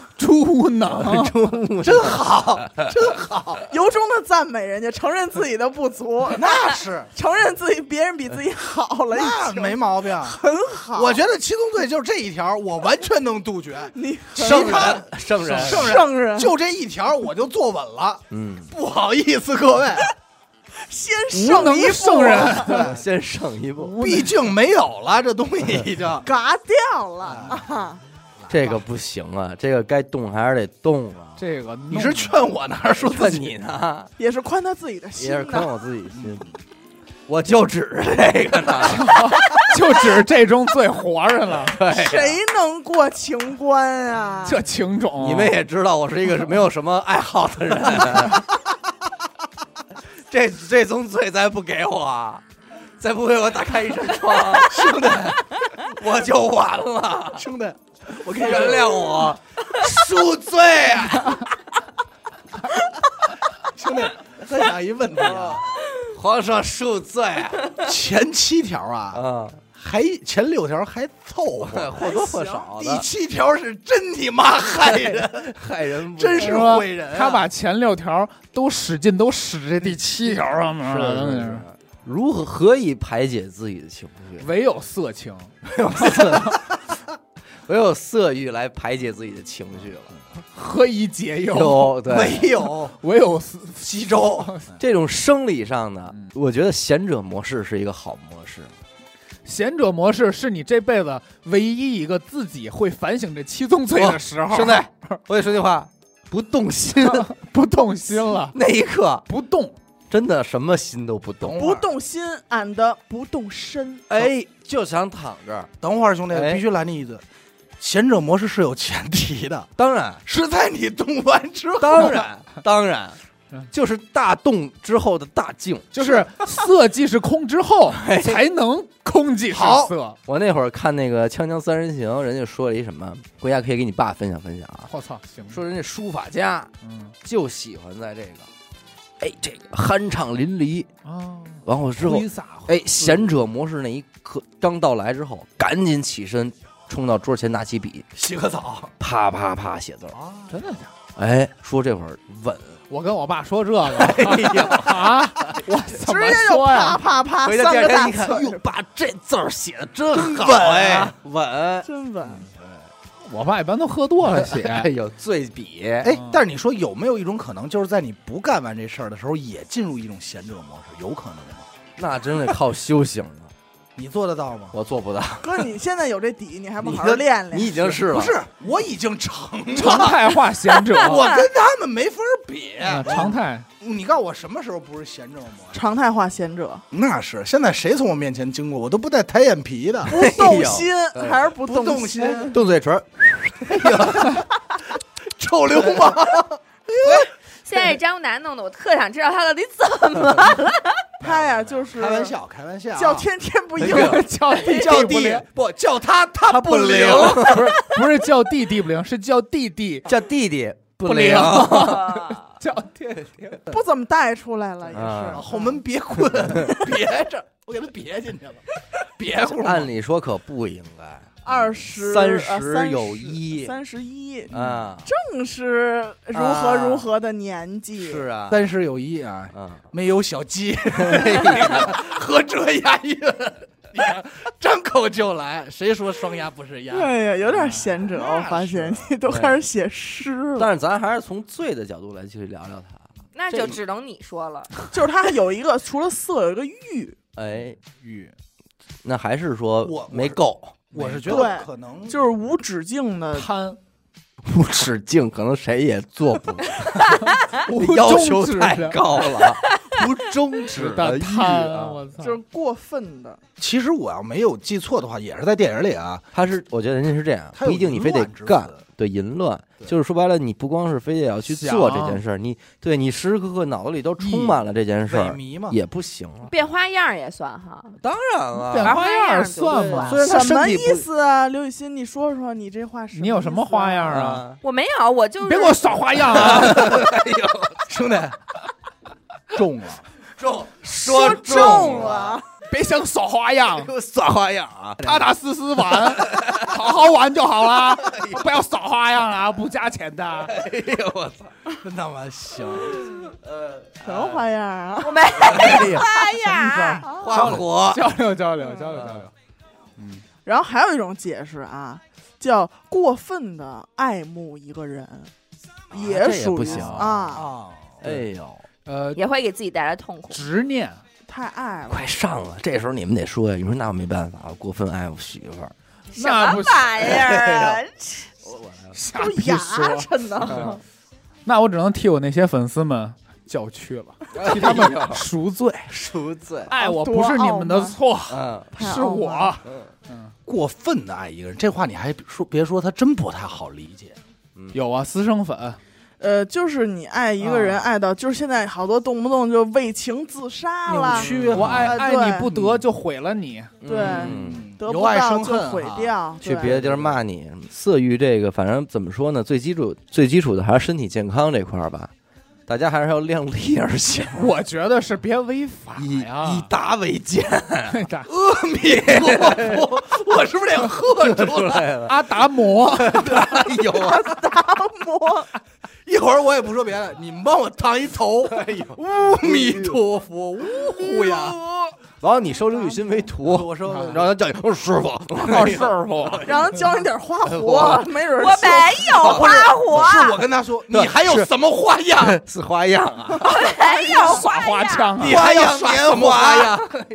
D: 猪能
B: 真好，
C: [LAUGHS] 由衷的赞美人家，承认自己的不足，
B: 那是
C: 承认自己别人比自己好了，
B: 那
C: 已经
B: 没毛病。
C: 很好。
B: 我觉得七宗罪就是这一条，我完全能杜 [LAUGHS] 绝。
C: 你很
A: 圣
B: 其他 [LAUGHS]
A: 人圣人，
C: [LAUGHS]
B: 圣人
C: 圣人
B: 就这一条我就坐稳了。
A: 嗯，
B: [LAUGHS]
A: [LAUGHS]
B: 不好意思，各 [LAUGHS] 位，
C: 先
D: 无
C: 圣
D: 能
C: 一步啊
D: 圣
B: [LAUGHS]
D: 人，
A: 先剩一步，
B: 毕竟没有了这东西已 [LAUGHS] 经。
C: 嘎掉了
A: 哎
C: 啊！
A: 这个不行啊，这个该动还是得动
D: [LAUGHS]
A: 啊。
D: 这 [LAUGHS] 个弄
B: 你是劝我呢，还是说自
A: 问
B: 己 [LAUGHS]
A: 你呢，
C: 也是宽他自己的心
A: 也是坑
C: 呐。
A: 我自己心。 [LAUGHS] 我就指着这个呢，
D: 就指这种最活着
B: [LAUGHS]
D: 了，
A: 啊
C: 谁能过情关
A: [LAUGHS]
C: 啊？
D: 这情种
A: 你们也知道我是一个没有什么爱好的人。这这宗罪再不给我，再不给我打开一扇窗，兄弟， [LAUGHS] 我就完了。
B: 兄 [LAUGHS] 弟，
A: 我跟原
B: [LAUGHS]
A: 谅我，
B: 恕罪啊！ [LAUGHS] 兄弟，再想一 [LAUGHS] 问题啊，
A: 皇上恕罪
B: 前七条啊，
A: [LAUGHS] 啊，
B: 还前六条还凑 [LAUGHS] 合，
A: 或多或少
B: 第
A: 的
B: 七条是真你妈害人， [LAUGHS]
A: 害人不
B: 真
A: 浅
B: 是
D: 说
B: 毁人啊
D: 他把前六条都使劲都使这第七条上面
A: 是
D: 了，
A: 是
D: 真
A: 是
D: 是。
A: 如何何以排解自己的情绪？
D: 唯有色情，
A: 唯有色欲来排解自己的情绪了。
D: 何以解忧？
A: 有对
B: 没有
D: 唯有色
B: 西周。
A: 这种生理上的
D: 嗯，
A: 我觉得贤者模式是一个好模式。
D: 贤者模式是你这辈子唯一一个自己会反省这七宗罪的时候，
A: 兄弟，我得说句话，不动心
D: [LAUGHS] 不动心了，
A: [LAUGHS] 那一刻，
D: [LAUGHS] 不动，
A: 真的什么心都不动，
B: 懂
C: 不动心俺的不动身，
A: 哎，就想躺这儿。
B: 等会儿，兄弟，
A: 哎
B: 必须拦你一嘴。贤者模式是有前提的，
A: 当然，
B: 是在你动完之后。
A: 当然， [LAUGHS] 当然
D: 嗯，
A: 就是大动之后的大静。哎
D: 就是色即是空之 [LAUGHS] 后才能空即是
B: 好
D: 色。
A: 我那会儿看那个《锵锵三人行》，人家说了一什么，回家可以给你爸分享分享啊。
D: 我操，行，
A: 说人家书法家
D: 嗯
A: 就喜欢在这个，哎，这个酣畅淋漓，
D: 啊，
A: 完后之后
D: 挥洒，
A: 哎，贤者模式那一刻刚到来之后，赶紧起身冲到桌前，拿起笔，
B: 洗个澡
A: 啪啪啪写字儿。
B: 啊，
D: 真的假的？
A: 哎，说这会儿稳，
D: 我跟我爸说 [LAUGHS] 这个，啊，我怎
C: 直
D: 么
C: 接就
D: 说
C: 啪
D: 呀？
C: 啪啪
A: 回
C: 三
A: 家第二
C: 啊个
A: 天
C: 大
A: 一看，
C: 嘴
A: 哟，，爸这字儿写的真好
B: 稳
A: 哎，
C: [LAUGHS]
A: 稳。
C: 真稳。
D: 我爸一般都喝多了写，
A: 哎呦，醉笔，
B: 哎，但是你说有没有一种可能，就是在你不干完这事儿的时候，也进入一种贤者模式？有可能吗？
A: 那真得靠修行了，
B: 你做得到吗？
A: 我做不到。
C: 哥，你现在有这底，你还不
A: 你
C: 好好
A: 的
C: 练
A: 你
C: 练？
A: 已经是了，
B: 不是，我已经成
D: 常
B: 了，
D: 态化贤 [LAUGHS] 者，
B: 我跟他们没法比。
D: 啊常态
B: 你告诉我什么时候不是贤者模式？
C: 常态化贤
A: [LAUGHS]
C: 者，
B: 那是现在谁从我面前经过，我都不带抬眼皮的，
C: 不动心
A: 哎
C: 还是不
B: 不动
C: 动
B: 心，
A: 动嘴唇儿，
B: 臭流氓。
E: 现在张楠弄得我特想知道他到底怎么了。
C: 他呀，就是
B: 开玩笑，开玩笑啊，
C: 叫天天不应，
D: [LAUGHS] [LAUGHS] 叫弟
B: 叫
D: 不灵
B: 弟，不叫他，他不灵。
D: 不是不是叫弟弟不灵，是叫弟弟
A: 叫弟弟不
D: 灵
A: 灵，
D: [LAUGHS] 叫弟 [LAUGHS] 弟。
C: 不怎么带出来了，也
A: 啊
C: 是
B: 后门别
C: [LAUGHS]
B: 困，别着，我给他别进去了，别乎。
A: 按理说可不应该
C: 二十
A: 三十
C: 呃三
A: 有一
C: 三十一，
A: 啊。
C: 正是如何如何的年纪，
A: 是啊，
B: 三十有一啊，
A: 嗯， [LAUGHS]
B: 没有小鸡， [LAUGHS] 何辙押韵？你看张口就来，谁说双押不是押？
C: 对哎呀，有点贤者，
B: 那
C: 我发现你都开始写诗了。
A: 但是咱还是从罪的角度来去聊聊它。
E: 那就只能你说了，
C: 就是他有一个除了色有一个欲，
A: 哎，
D: 欲
A: 那还是说
B: 我
A: 没够，
B: 我是觉
C: 对
B: 得可能
C: 就是无止境的
D: 贪
A: 无止境，可能谁也做
B: [LAUGHS]
A: 不
D: 无
A: 要求
D: 终止
A: 太
D: 的
A: 高了，无
B: [LAUGHS]
A: 终止的
D: 的
A: 欲
D: 贪，
A: 啊！
D: 我操！
C: 就是过分的，
B: 其实我要没有记错的话，也是在电影里啊，
A: 他是，我觉得人家是这样，
B: 他
A: 不
B: 有
A: 一定你非得
B: 淫乱之
A: 干，
B: 词
A: 对淫乱，
B: 对
A: 就是说白了，你不光是非得要去做这件事儿，你对你时时刻刻脑子里都充满了这件事
B: 萎
A: 儿，
B: 靡嘛。
A: 也不行了。
E: 变花样儿也算哈，
A: 当然了，
D: 变花样
E: 儿
D: 儿
E: 就对
D: 算
E: 了
D: 吗？
A: 啊虽然他
C: 什
A: 身
C: 么
A: 体
C: 意
A: 不
C: 思啊？刘雨欣，你说说你这话是、
D: 你有什么花样？啊？
E: 我没有，我就是
D: 别给我耍花样啊！ [LAUGHS]
B: 兄
C: [LAUGHS]
B: 弟，中了，
A: 中
E: 说
A: 说
E: 中了，
D: 别想耍花样，
A: 耍花样啊！
D: 踏踏实实玩， [LAUGHS] 好好玩就好啦，不要耍花样啊，不加钱的。
A: 哎呦我操！
B: 真他妈行！
C: 什么花样啊？
E: 我没
A: 哎呀，
E: 花样儿，
A: 花火
D: 交流交流交流交流，
C: 然后还有一种解释啊，叫过分的爱慕一个人，
A: 啊这也
C: 属于
A: 不行
C: 啊，
B: 啊，
A: 哎呦，
D: 呃，
E: [LAUGHS] 也会给自己带来痛苦。
D: 执念啊
C: 太爱了。
A: 快上啊！这时候你们得说呀，你说那我没办法，我过分爱我媳妇 [LAUGHS] 儿，
E: [LAUGHS] 什
D: 那
E: 么
D: 不
E: 玩意儿啊？
D: 瞎
C: 都
D: 逼
C: 牙
D: 说。
C: 碜呢，
D: 那我只能替我那些粉丝们叫屈了，替他们赎罪。
A: 赎哎罪。
D: 爱我不是你们的错，
A: 嗯，
C: 太
D: 是
C: 傲慢了
D: 我。
B: 过分的爱一个人，这话你还说别说，他真不太好理解。
D: 有啊，私生粉，
C: [LAUGHS] 呃，就是你爱一个人，
D: 啊
C: 爱到就是现在好多动不动就为情自杀了
B: 扭，曲
D: 我爱
C: 啊
D: 爱
C: 对
D: 你不得就毁了你，
C: 对
A: 嗯
C: 得
B: 由
C: 不
B: 爱
C: 到
B: 生
C: 就
B: 恨，啊
C: 毁。掉，
A: 去
C: 对 [LAUGHS]
A: 别的地儿骂你，色欲这个，反正怎么说呢，最基础最基础的还是身体健康这块儿吧，大家还是要量力而 [LAUGHS] 行，
D: 我觉得是别违法
A: 以以
D: 呀。
A: 达为
B: [LAUGHS]
A: 鉴。
B: 哎
D: 打
A: 阿弥陀佛，我是不
B: [LAUGHS]
A: 是得喝出来了？
D: 阿达 [LAUGHS] 摩，
A: 哎呦，
C: 摸
B: 啊 [LAUGHS] 一会儿我也不说别的，你们帮我烫一头。 [LAUGHS] 哎呦，阿弥陀佛，呜呼
C: 哎
B: 呀！
A: 然后你收刘雨欣为 [LAUGHS] 徒，
B: 我说
A: 然后他叫你 [LAUGHS] 哦师傅，
D: 二师傅，
C: 让他教你点花活，没准儿
E: 我
C: 就
E: 没有花火，
B: 是我跟他说，你还有什么花样？
A: 是花样啊，
E: 没
D: [LAUGHS]
E: 有
D: 耍花
E: 样儿。
D: 枪啊
A: 你！还要耍什么花样？ [LAUGHS]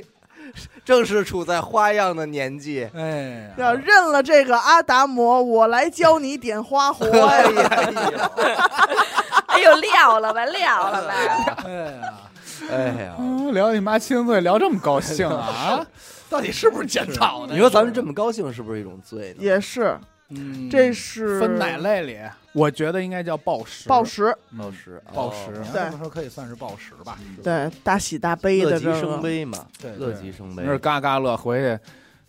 A: 正是处在花样的年纪。
B: 哎呀，
C: 要认了这个阿达摩，我来教你点花活
A: 哎
C: 呀。
A: 呀，哎呀
E: 哎呦，撂了吧，撂了吧。
B: 哎呀，
A: 哎呀！
D: 嗯聊你妈亲嘴聊这么高兴 [LAUGHS] 啊！
B: 到底是不是检讨呢？
A: 你说咱们这么高兴，是不是一种罪呢？
C: 也是，
B: 嗯
C: 这是
D: 分奶类里，我觉得应该叫暴食，
C: 暴食，
D: 嗯，
A: 食，
D: 暴食
B: 你要
C: 对
B: 这么说可以算是暴食吧？
C: 对，大喜大悲
A: 哦乐
C: 的
A: 极
C: 这
A: 生
C: 个，
A: 悲嘛，
B: 对
A: 乐极生悲
D: 那。是嘎嘎乐，回去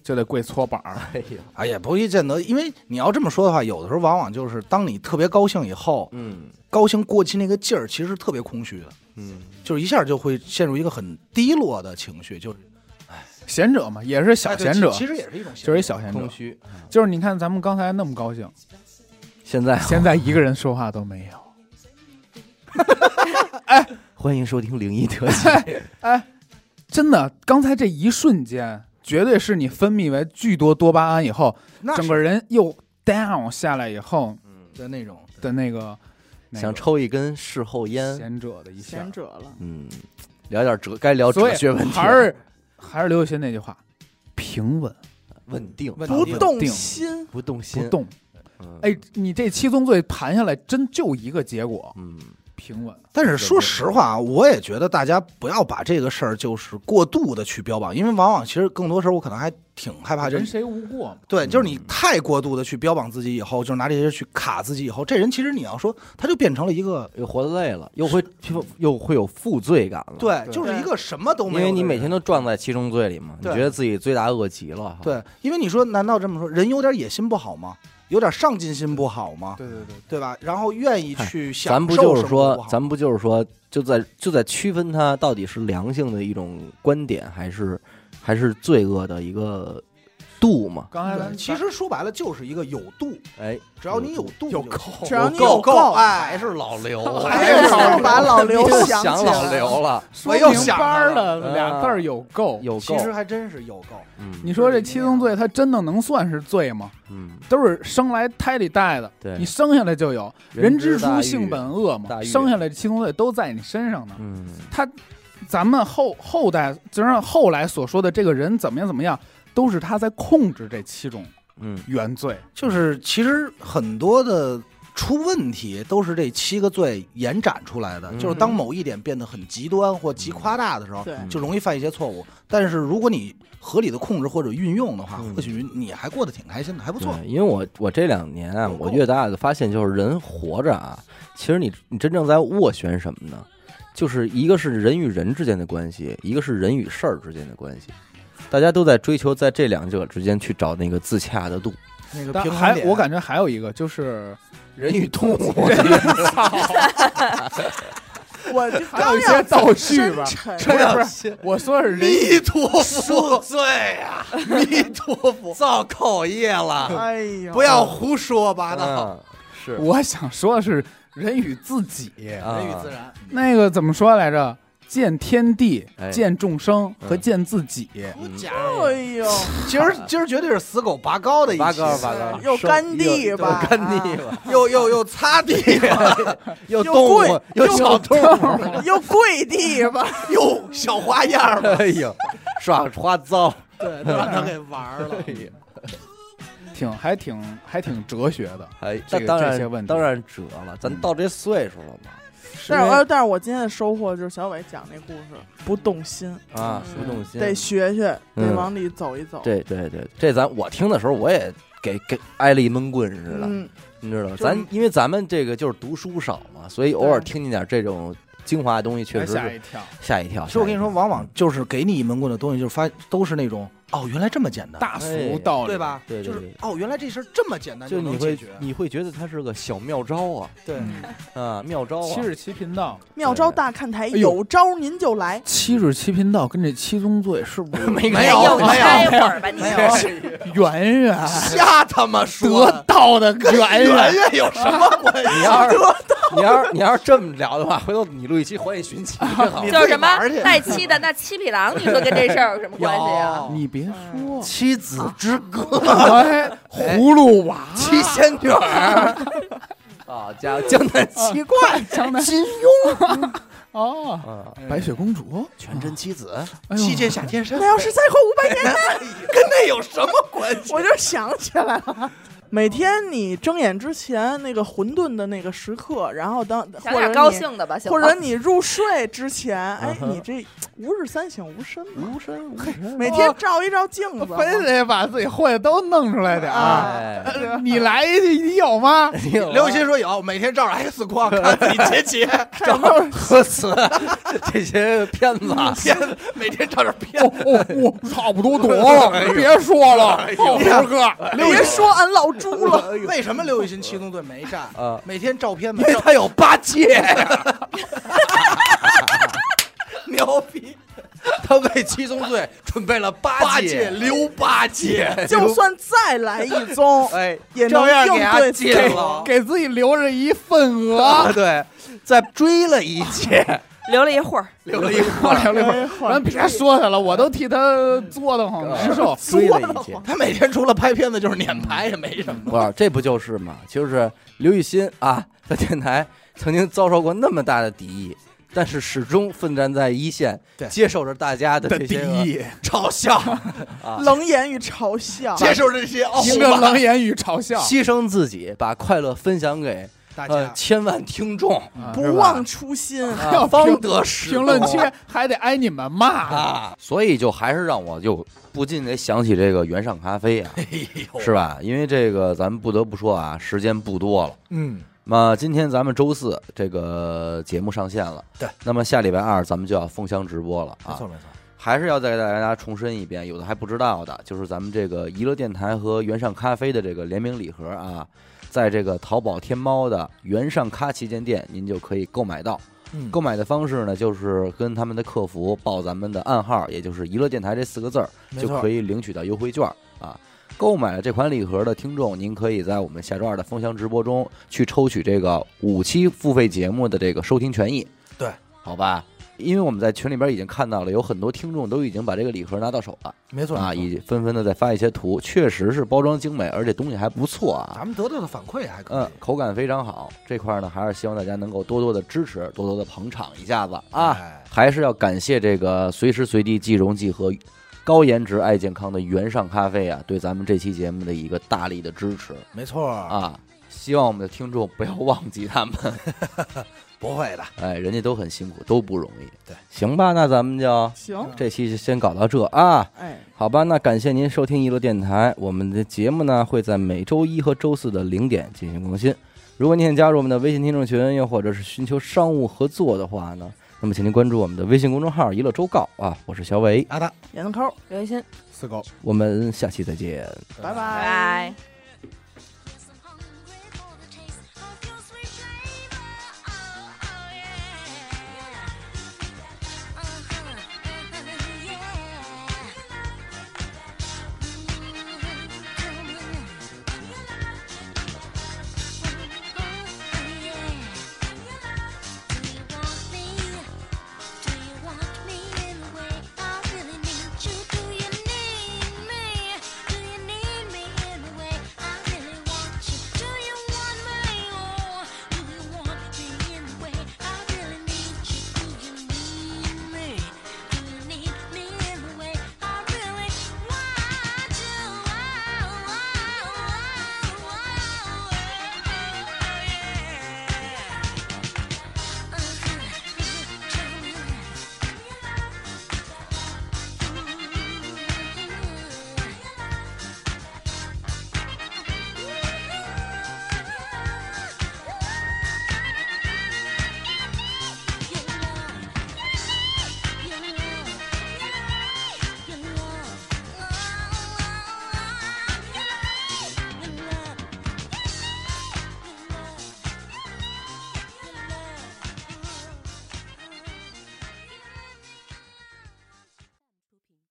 D: 就得跪搓板儿。
A: 哎呀，
B: 哎呀，不一见得，因为你要这么说的话，有的时候往往就是当你特别高兴以后，
A: 嗯
B: 高兴过期那个劲儿，其实特别空虚的，
A: 嗯，
B: 就是一下就会陷入一个很低落的情绪，就是
D: 贤者嘛，也是小贤者，
B: 哎其其实也是一种贤者
D: 就是一小贤者
A: 空。虚。
D: 就是你看咱们刚才那么高 [LAUGHS] 兴，
A: 现在
D: 现在一个人说话都没有。
A: 欢迎收听《灵异特
B: [LAUGHS]
A: 辑》
D: 哎，真的，刚才这一瞬间，绝对是你分泌为巨多多巴胺以后，
B: 那
D: 整个人又 down 下来以后
B: 的那种。
D: 的那个，那个
A: 嗯想抽一根事后烟。
D: 贤者的一下
C: 贤。者了，
A: 嗯，聊点哲，该聊
D: 所
A: 哲
D: 以
A: 学问题了，啊
D: 还是还是刘雨欣那句话，平稳
A: 稳定
B: 稳
C: 不
B: 定
C: 动
D: 定
C: 心，
A: 不动
D: 不
A: 心。
D: 动。
A: 嗯
D: 哎，，你这七宗罪盘下来，真就一个结果，
A: 嗯，
D: 平稳。
B: 但是说实话啊，我也觉得大家不要把这个事儿就是过度的去标榜，因为往往其实更多时候我可能还挺害
A: 啊
B: 怕，就
D: 人
B: 是嗯
D: 谁无过嘛？
B: 对，就是你太过度的去标榜自己以后，就是拿这些去卡自己以后，这人其实你要说他就变成了一个
A: 又活得累了，又会又会有负罪感了。，
B: 对，
D: 对
B: 就是一个什么都
A: 因
B: 没
A: 为
B: 有的人，
A: 你每天都撞在七宗罪里嘛，你
B: 对
A: 觉得自己罪大恶极了。哈，
B: 对，因为你说，难道这么说，人有点野心不好吗？有点上进心不好吗？
D: 对对对，
B: 对吧？然后愿意去享
A: 咱
B: 受
A: 不就是
B: 生活
A: 说
B: 不，好
A: 咱不就是说，就在就在区分它到底是良性的一种观点，还是还是罪恶的一个度嘛？
D: 刚才咱
B: 对其实说白了就是一个有度，
A: 哎，
B: 只要你有度
D: 有
B: 就行
D: 够，
C: 只要你
A: 够
C: 有
B: 够，
C: 够，
B: 哎，还是老刘，
D: 还
B: 还
D: 是
B: 是
D: 老刘
B: 老刘
C: 把老刘
A: 又
C: 想
A: 想
C: 起
A: 老
C: 来
A: 刘
C: 了，
A: 了，
D: 说
B: 又
D: 明
B: 想
D: 班
B: 到
D: 了俩字儿有够。
A: 有够
B: 其。实还真是有够。
A: 嗯
D: 你说这七宗罪，它真的能算是罪吗？
A: 嗯，
D: 都是生来胎里带的，
A: 对
D: 你生下来就有。人之初，性
A: 欲。
D: 本恶
A: 大
D: 嘛，
A: 欲
D: 生下来这七宗罪都在你身上呢。
A: 嗯，
D: 咱们后后代，就是后来所说的这个人怎么样怎么样，都是他在控制这七种
A: 嗯
D: 原罪。
B: 就是其实很多的出问题都是这七个罪延展出来的，
A: 嗯
B: 就是当某一点变得很极端或极夸大的时候，
C: 对
B: 就容易犯一些错误。但是如果你合理的控制或者运用的话，
A: 嗯
B: 或许你还过得挺开心的，还不错。
A: 对，因为我我这两年啊，
B: 不够
A: 我越大的发现就是人活着啊，其实你你真正在斡旋什么呢？就是一个是人与人之间的关系，一个是人与事儿之间的关系，大家都在追求在这两者之间去找那个自洽的度。
B: 那个
D: 但
B: 平衡
D: 还
B: 点，
D: 我感觉还有一个就是
A: 人与动物，
C: 我就
D: 还
A: [LAUGHS]
D: 有
C: 刚
D: 一些
C: 要
D: 倒叙吧
C: 深。沉
D: 不是 [LAUGHS] 不是，我说是人
F: 弥陀佛，恕罪
B: 啊 [LAUGHS]
F: 呀、弥陀佛，造口业了，
C: 哎呦，
F: 不要胡说八道。
A: 嗯，是
D: [LAUGHS] 我想说的是人与自己。
B: [LAUGHS]
A: 啊
F: 人与自然，
D: 那个怎么说来着？见天地
A: 哎、
D: 见众生
A: 嗯
D: 和见自己。
F: 不假。
C: 哎呦，
B: 今儿今儿绝对是死狗拔高的一期，
A: 拔高拔高，
C: 又
A: 收
C: 甘地吧
A: 又甘地吧，
F: 又又又擦地，
B: [LAUGHS]
A: 又
C: 又
A: 动
C: 贵
A: 物，又
C: 又
A: 小动物，
C: 又跪地吧，
F: [LAUGHS] 又小花样了，
A: 哎呦， [LAUGHS] 耍花招，
F: 对，都让他给玩了。
D: 挺还挺还挺哲学的，
A: 哎，那
D: 这个
A: 当
D: 这些问
A: 然
D: 题
A: 当然折了，咱到这岁数了嘛，
C: 但是呃但是我今天的收获就是小伟讲那故事不动心，
A: 啊，
E: 嗯
A: 不动心，
C: 得学学，得
A: 嗯
C: 往里走一走。
A: 对对对，这咱我听的时候我也给给挨了一闷棍似的，
C: 嗯，
A: 你知道吧？
C: 就是
A: 咱因为咱们这个就是读书少嘛，所以偶尔听见点这种精华的东西，确
D: 还
A: 实
D: 哎吓
A: 是
D: 一跳。
A: 吓一跳。
B: 其实我跟你说，
A: 吓一跳
B: 往往就是给你一闷棍的东西，就是发都是那种哦，原来这么简单，
D: 大俗道
C: 哎
D: 理，
B: 对？吧？
A: 对对
B: 就是
A: 对
B: 哦，原来这事儿这么简单
A: 就
B: 能
A: 你
B: 解
A: 会
B: 决。
A: 你会觉得它是个小妙招啊
B: 对
A: 啊妙招啊
D: 七， [LAUGHS] 十七频道，
C: 妙招大看台，
D: 哎呦
C: 有招您就来。
D: 七十七频道跟这七宗罪是不 [LAUGHS] 是
A: 没
F: 没
A: 有
F: 有
E: 要不
F: 没有
E: 哎待会儿吧，你 [LAUGHS]
F: 没有
D: 远远
F: 瞎他妈说
D: 得，道的远
F: 圆
D: 远？
F: 圆有什么关系？
A: 你要是你要是你要是这么聊的话，回头你录一期《环野寻奇》真好。
E: 叫什么
F: 玩去
E: 带七的那七匹狼，你说跟这事儿有什么关系
A: [LAUGHS]
E: 啊？
D: 你别说，
F: 妻子之歌，
D: [LAUGHS] 哎，葫芦娃，
F: 七仙女儿，
A: 啊，家江南
D: 奇怪，江南
F: 金庸，
D: 哦，
A: 啊，
D: 白雪公主，
F: 全真七子，
D: 哎呦
B: 七剑下天山
C: 那，要是再过五百年， [LAUGHS]
F: 跟那有什么关系？
C: 我就想起来了。每天你睁眼之前那个混沌的那个时刻，然后当或
E: 想
C: 者
E: 点
C: 你
E: 高兴的吧，行
C: 或
E: 吗
C: 者你入睡之前，哎
A: 嗯，哼
C: 你这吾日三省吾身
D: 哦
C: 嘛，
A: 无声无声，
C: 每天照一照镜子嘛，
D: 非得把自己会的都弄出来点儿。
A: 哎，
D: 呃你来一句，你有 [LAUGHS] 吗？
F: 哎
B: 刘雨欣说有，每天照着 X 光看自己结
F: [LAUGHS]
B: 节，
F: 哎
C: 看有没有
A: 歌词这些片子啊，
F: 每天照点片，
D: 哦哦，我差不多得了，别说了，好哥
F: 哎
D: 哥，
C: 别说俺老朱了，
B: 为什么刘雨欣七宗罪没占？
A: 啊
B: 每天照片没
F: 因为
B: 照，
F: 他有八戒， [LAUGHS] 牛逼！
A: 他为七宗罪准备了八
F: 八
A: 戒
F: 戒，刘八
A: [LAUGHS]
F: 戒，
C: 就算再来一宗，
A: 哎，
C: 也能
F: 哎照样
C: 应
F: 给他
C: 对
F: 戒
C: 自
F: [LAUGHS]
C: 己
F: 了。
D: 给自己留着一份额
F: 啊，。对，再追了一届，
E: 留了一会儿，
F: 留了一
D: 我
F: 块 [LAUGHS] 儿
D: 聊了一会儿，咱别说他了，我都替他作的很难受。
A: 追了一天。
B: 他每天除了拍片子就是撵牌，也没
A: [LAUGHS]
B: 什么。
A: 不是，这不就是嘛？就是刘雨欣啊，在电台曾经遭受过那么大的敌意，但是始终奋战在一线，
B: 对
A: 接受着大家的这
D: 第
A: 些个
D: 一，
B: [LAUGHS] 嗯
F: 嘲笑，
A: 啊，
C: [LAUGHS] 冷眼与嘲
F: [LAUGHS]
C: 笑，
F: 接受这些傲
D: 听着
F: 慢，
D: 冷言与嘲
A: [LAUGHS]
D: 笑，
A: 呃牺牲自己，把快乐分享给
B: 大
A: 呃
B: 家
A: 千万听众，
D: 啊
A: 是
C: 不
A: 吧
C: 忘初心。
A: 啊
F: 方得世
D: 评论区还得挨你们骂。
A: 啊，所以就还是让我就不禁得想起这个原上咖啡啊，是吧？因为这个咱们不得不说啊，时间不多了。
B: 嗯，
A: 那今天咱们周四这个节目上线了，
B: 对。
A: 那么下礼拜二咱们就要封箱直播了
B: 没
A: 啊
B: 错，没错。
A: 还是要再给大家重申一遍，有的还不知道的，就是咱们这个娱乐电台和原上咖啡的这个联名礼盒啊，在这个淘宝、天猫的原上咖旗舰店，您就可以购买到。
B: 嗯
A: 购买的方式呢，就是跟他们的客服报咱们的暗号，也就是“娱乐电台”这四个字儿，
B: 没
A: 就
B: 错
A: 可以领取到优惠券儿啊。购买了这款礼盒的听众，您可以在我们下周二的封箱直播中去抽取这个五期付费节目的这个收听权益。
B: 对，
A: 好吧，因为我们在群里边已经看到了，有很多听众都已经把这个礼盒拿到手了
B: 没错
A: 啊，
B: 没错
A: 已纷纷的在发一些图，确实是包装精美，而且东西还不错啊
B: 咱。们得到的反馈还可
A: 嗯
B: 以，。
A: 口感非常好，这块儿呢还是希望大家能够多多的支持，多多的捧场一下子啊！
B: 哎，
A: 还是要感谢这个随时随地即溶即合高颜值爱健康的原上咖啡啊，对咱们这期节目的一个大力的支持
B: 没错啊，
A: 啊！希望我们的听众不要忘记他们，
B: 不会的，
A: [LAUGHS] 哎，人家都很辛苦，都不容易。
B: 对，
A: 行吧，那咱们就
C: 行，
A: 这期就先搞到这啊。
C: 哎，
A: 好吧，那感谢您收听娱乐电台。我们的节目呢会在每周一和周四的零点进行更新。如果您想加入我们的微信听众群，又或者是寻求商务合作的话呢，那么请您关注我们的微信公众号“娱乐周告”啊，我是小伟，
B: 阿达，
C: 闫子抠，
E: 刘雨欣，
D: 四狗。
A: 我们下期再见。
C: 拜
E: 拜拜。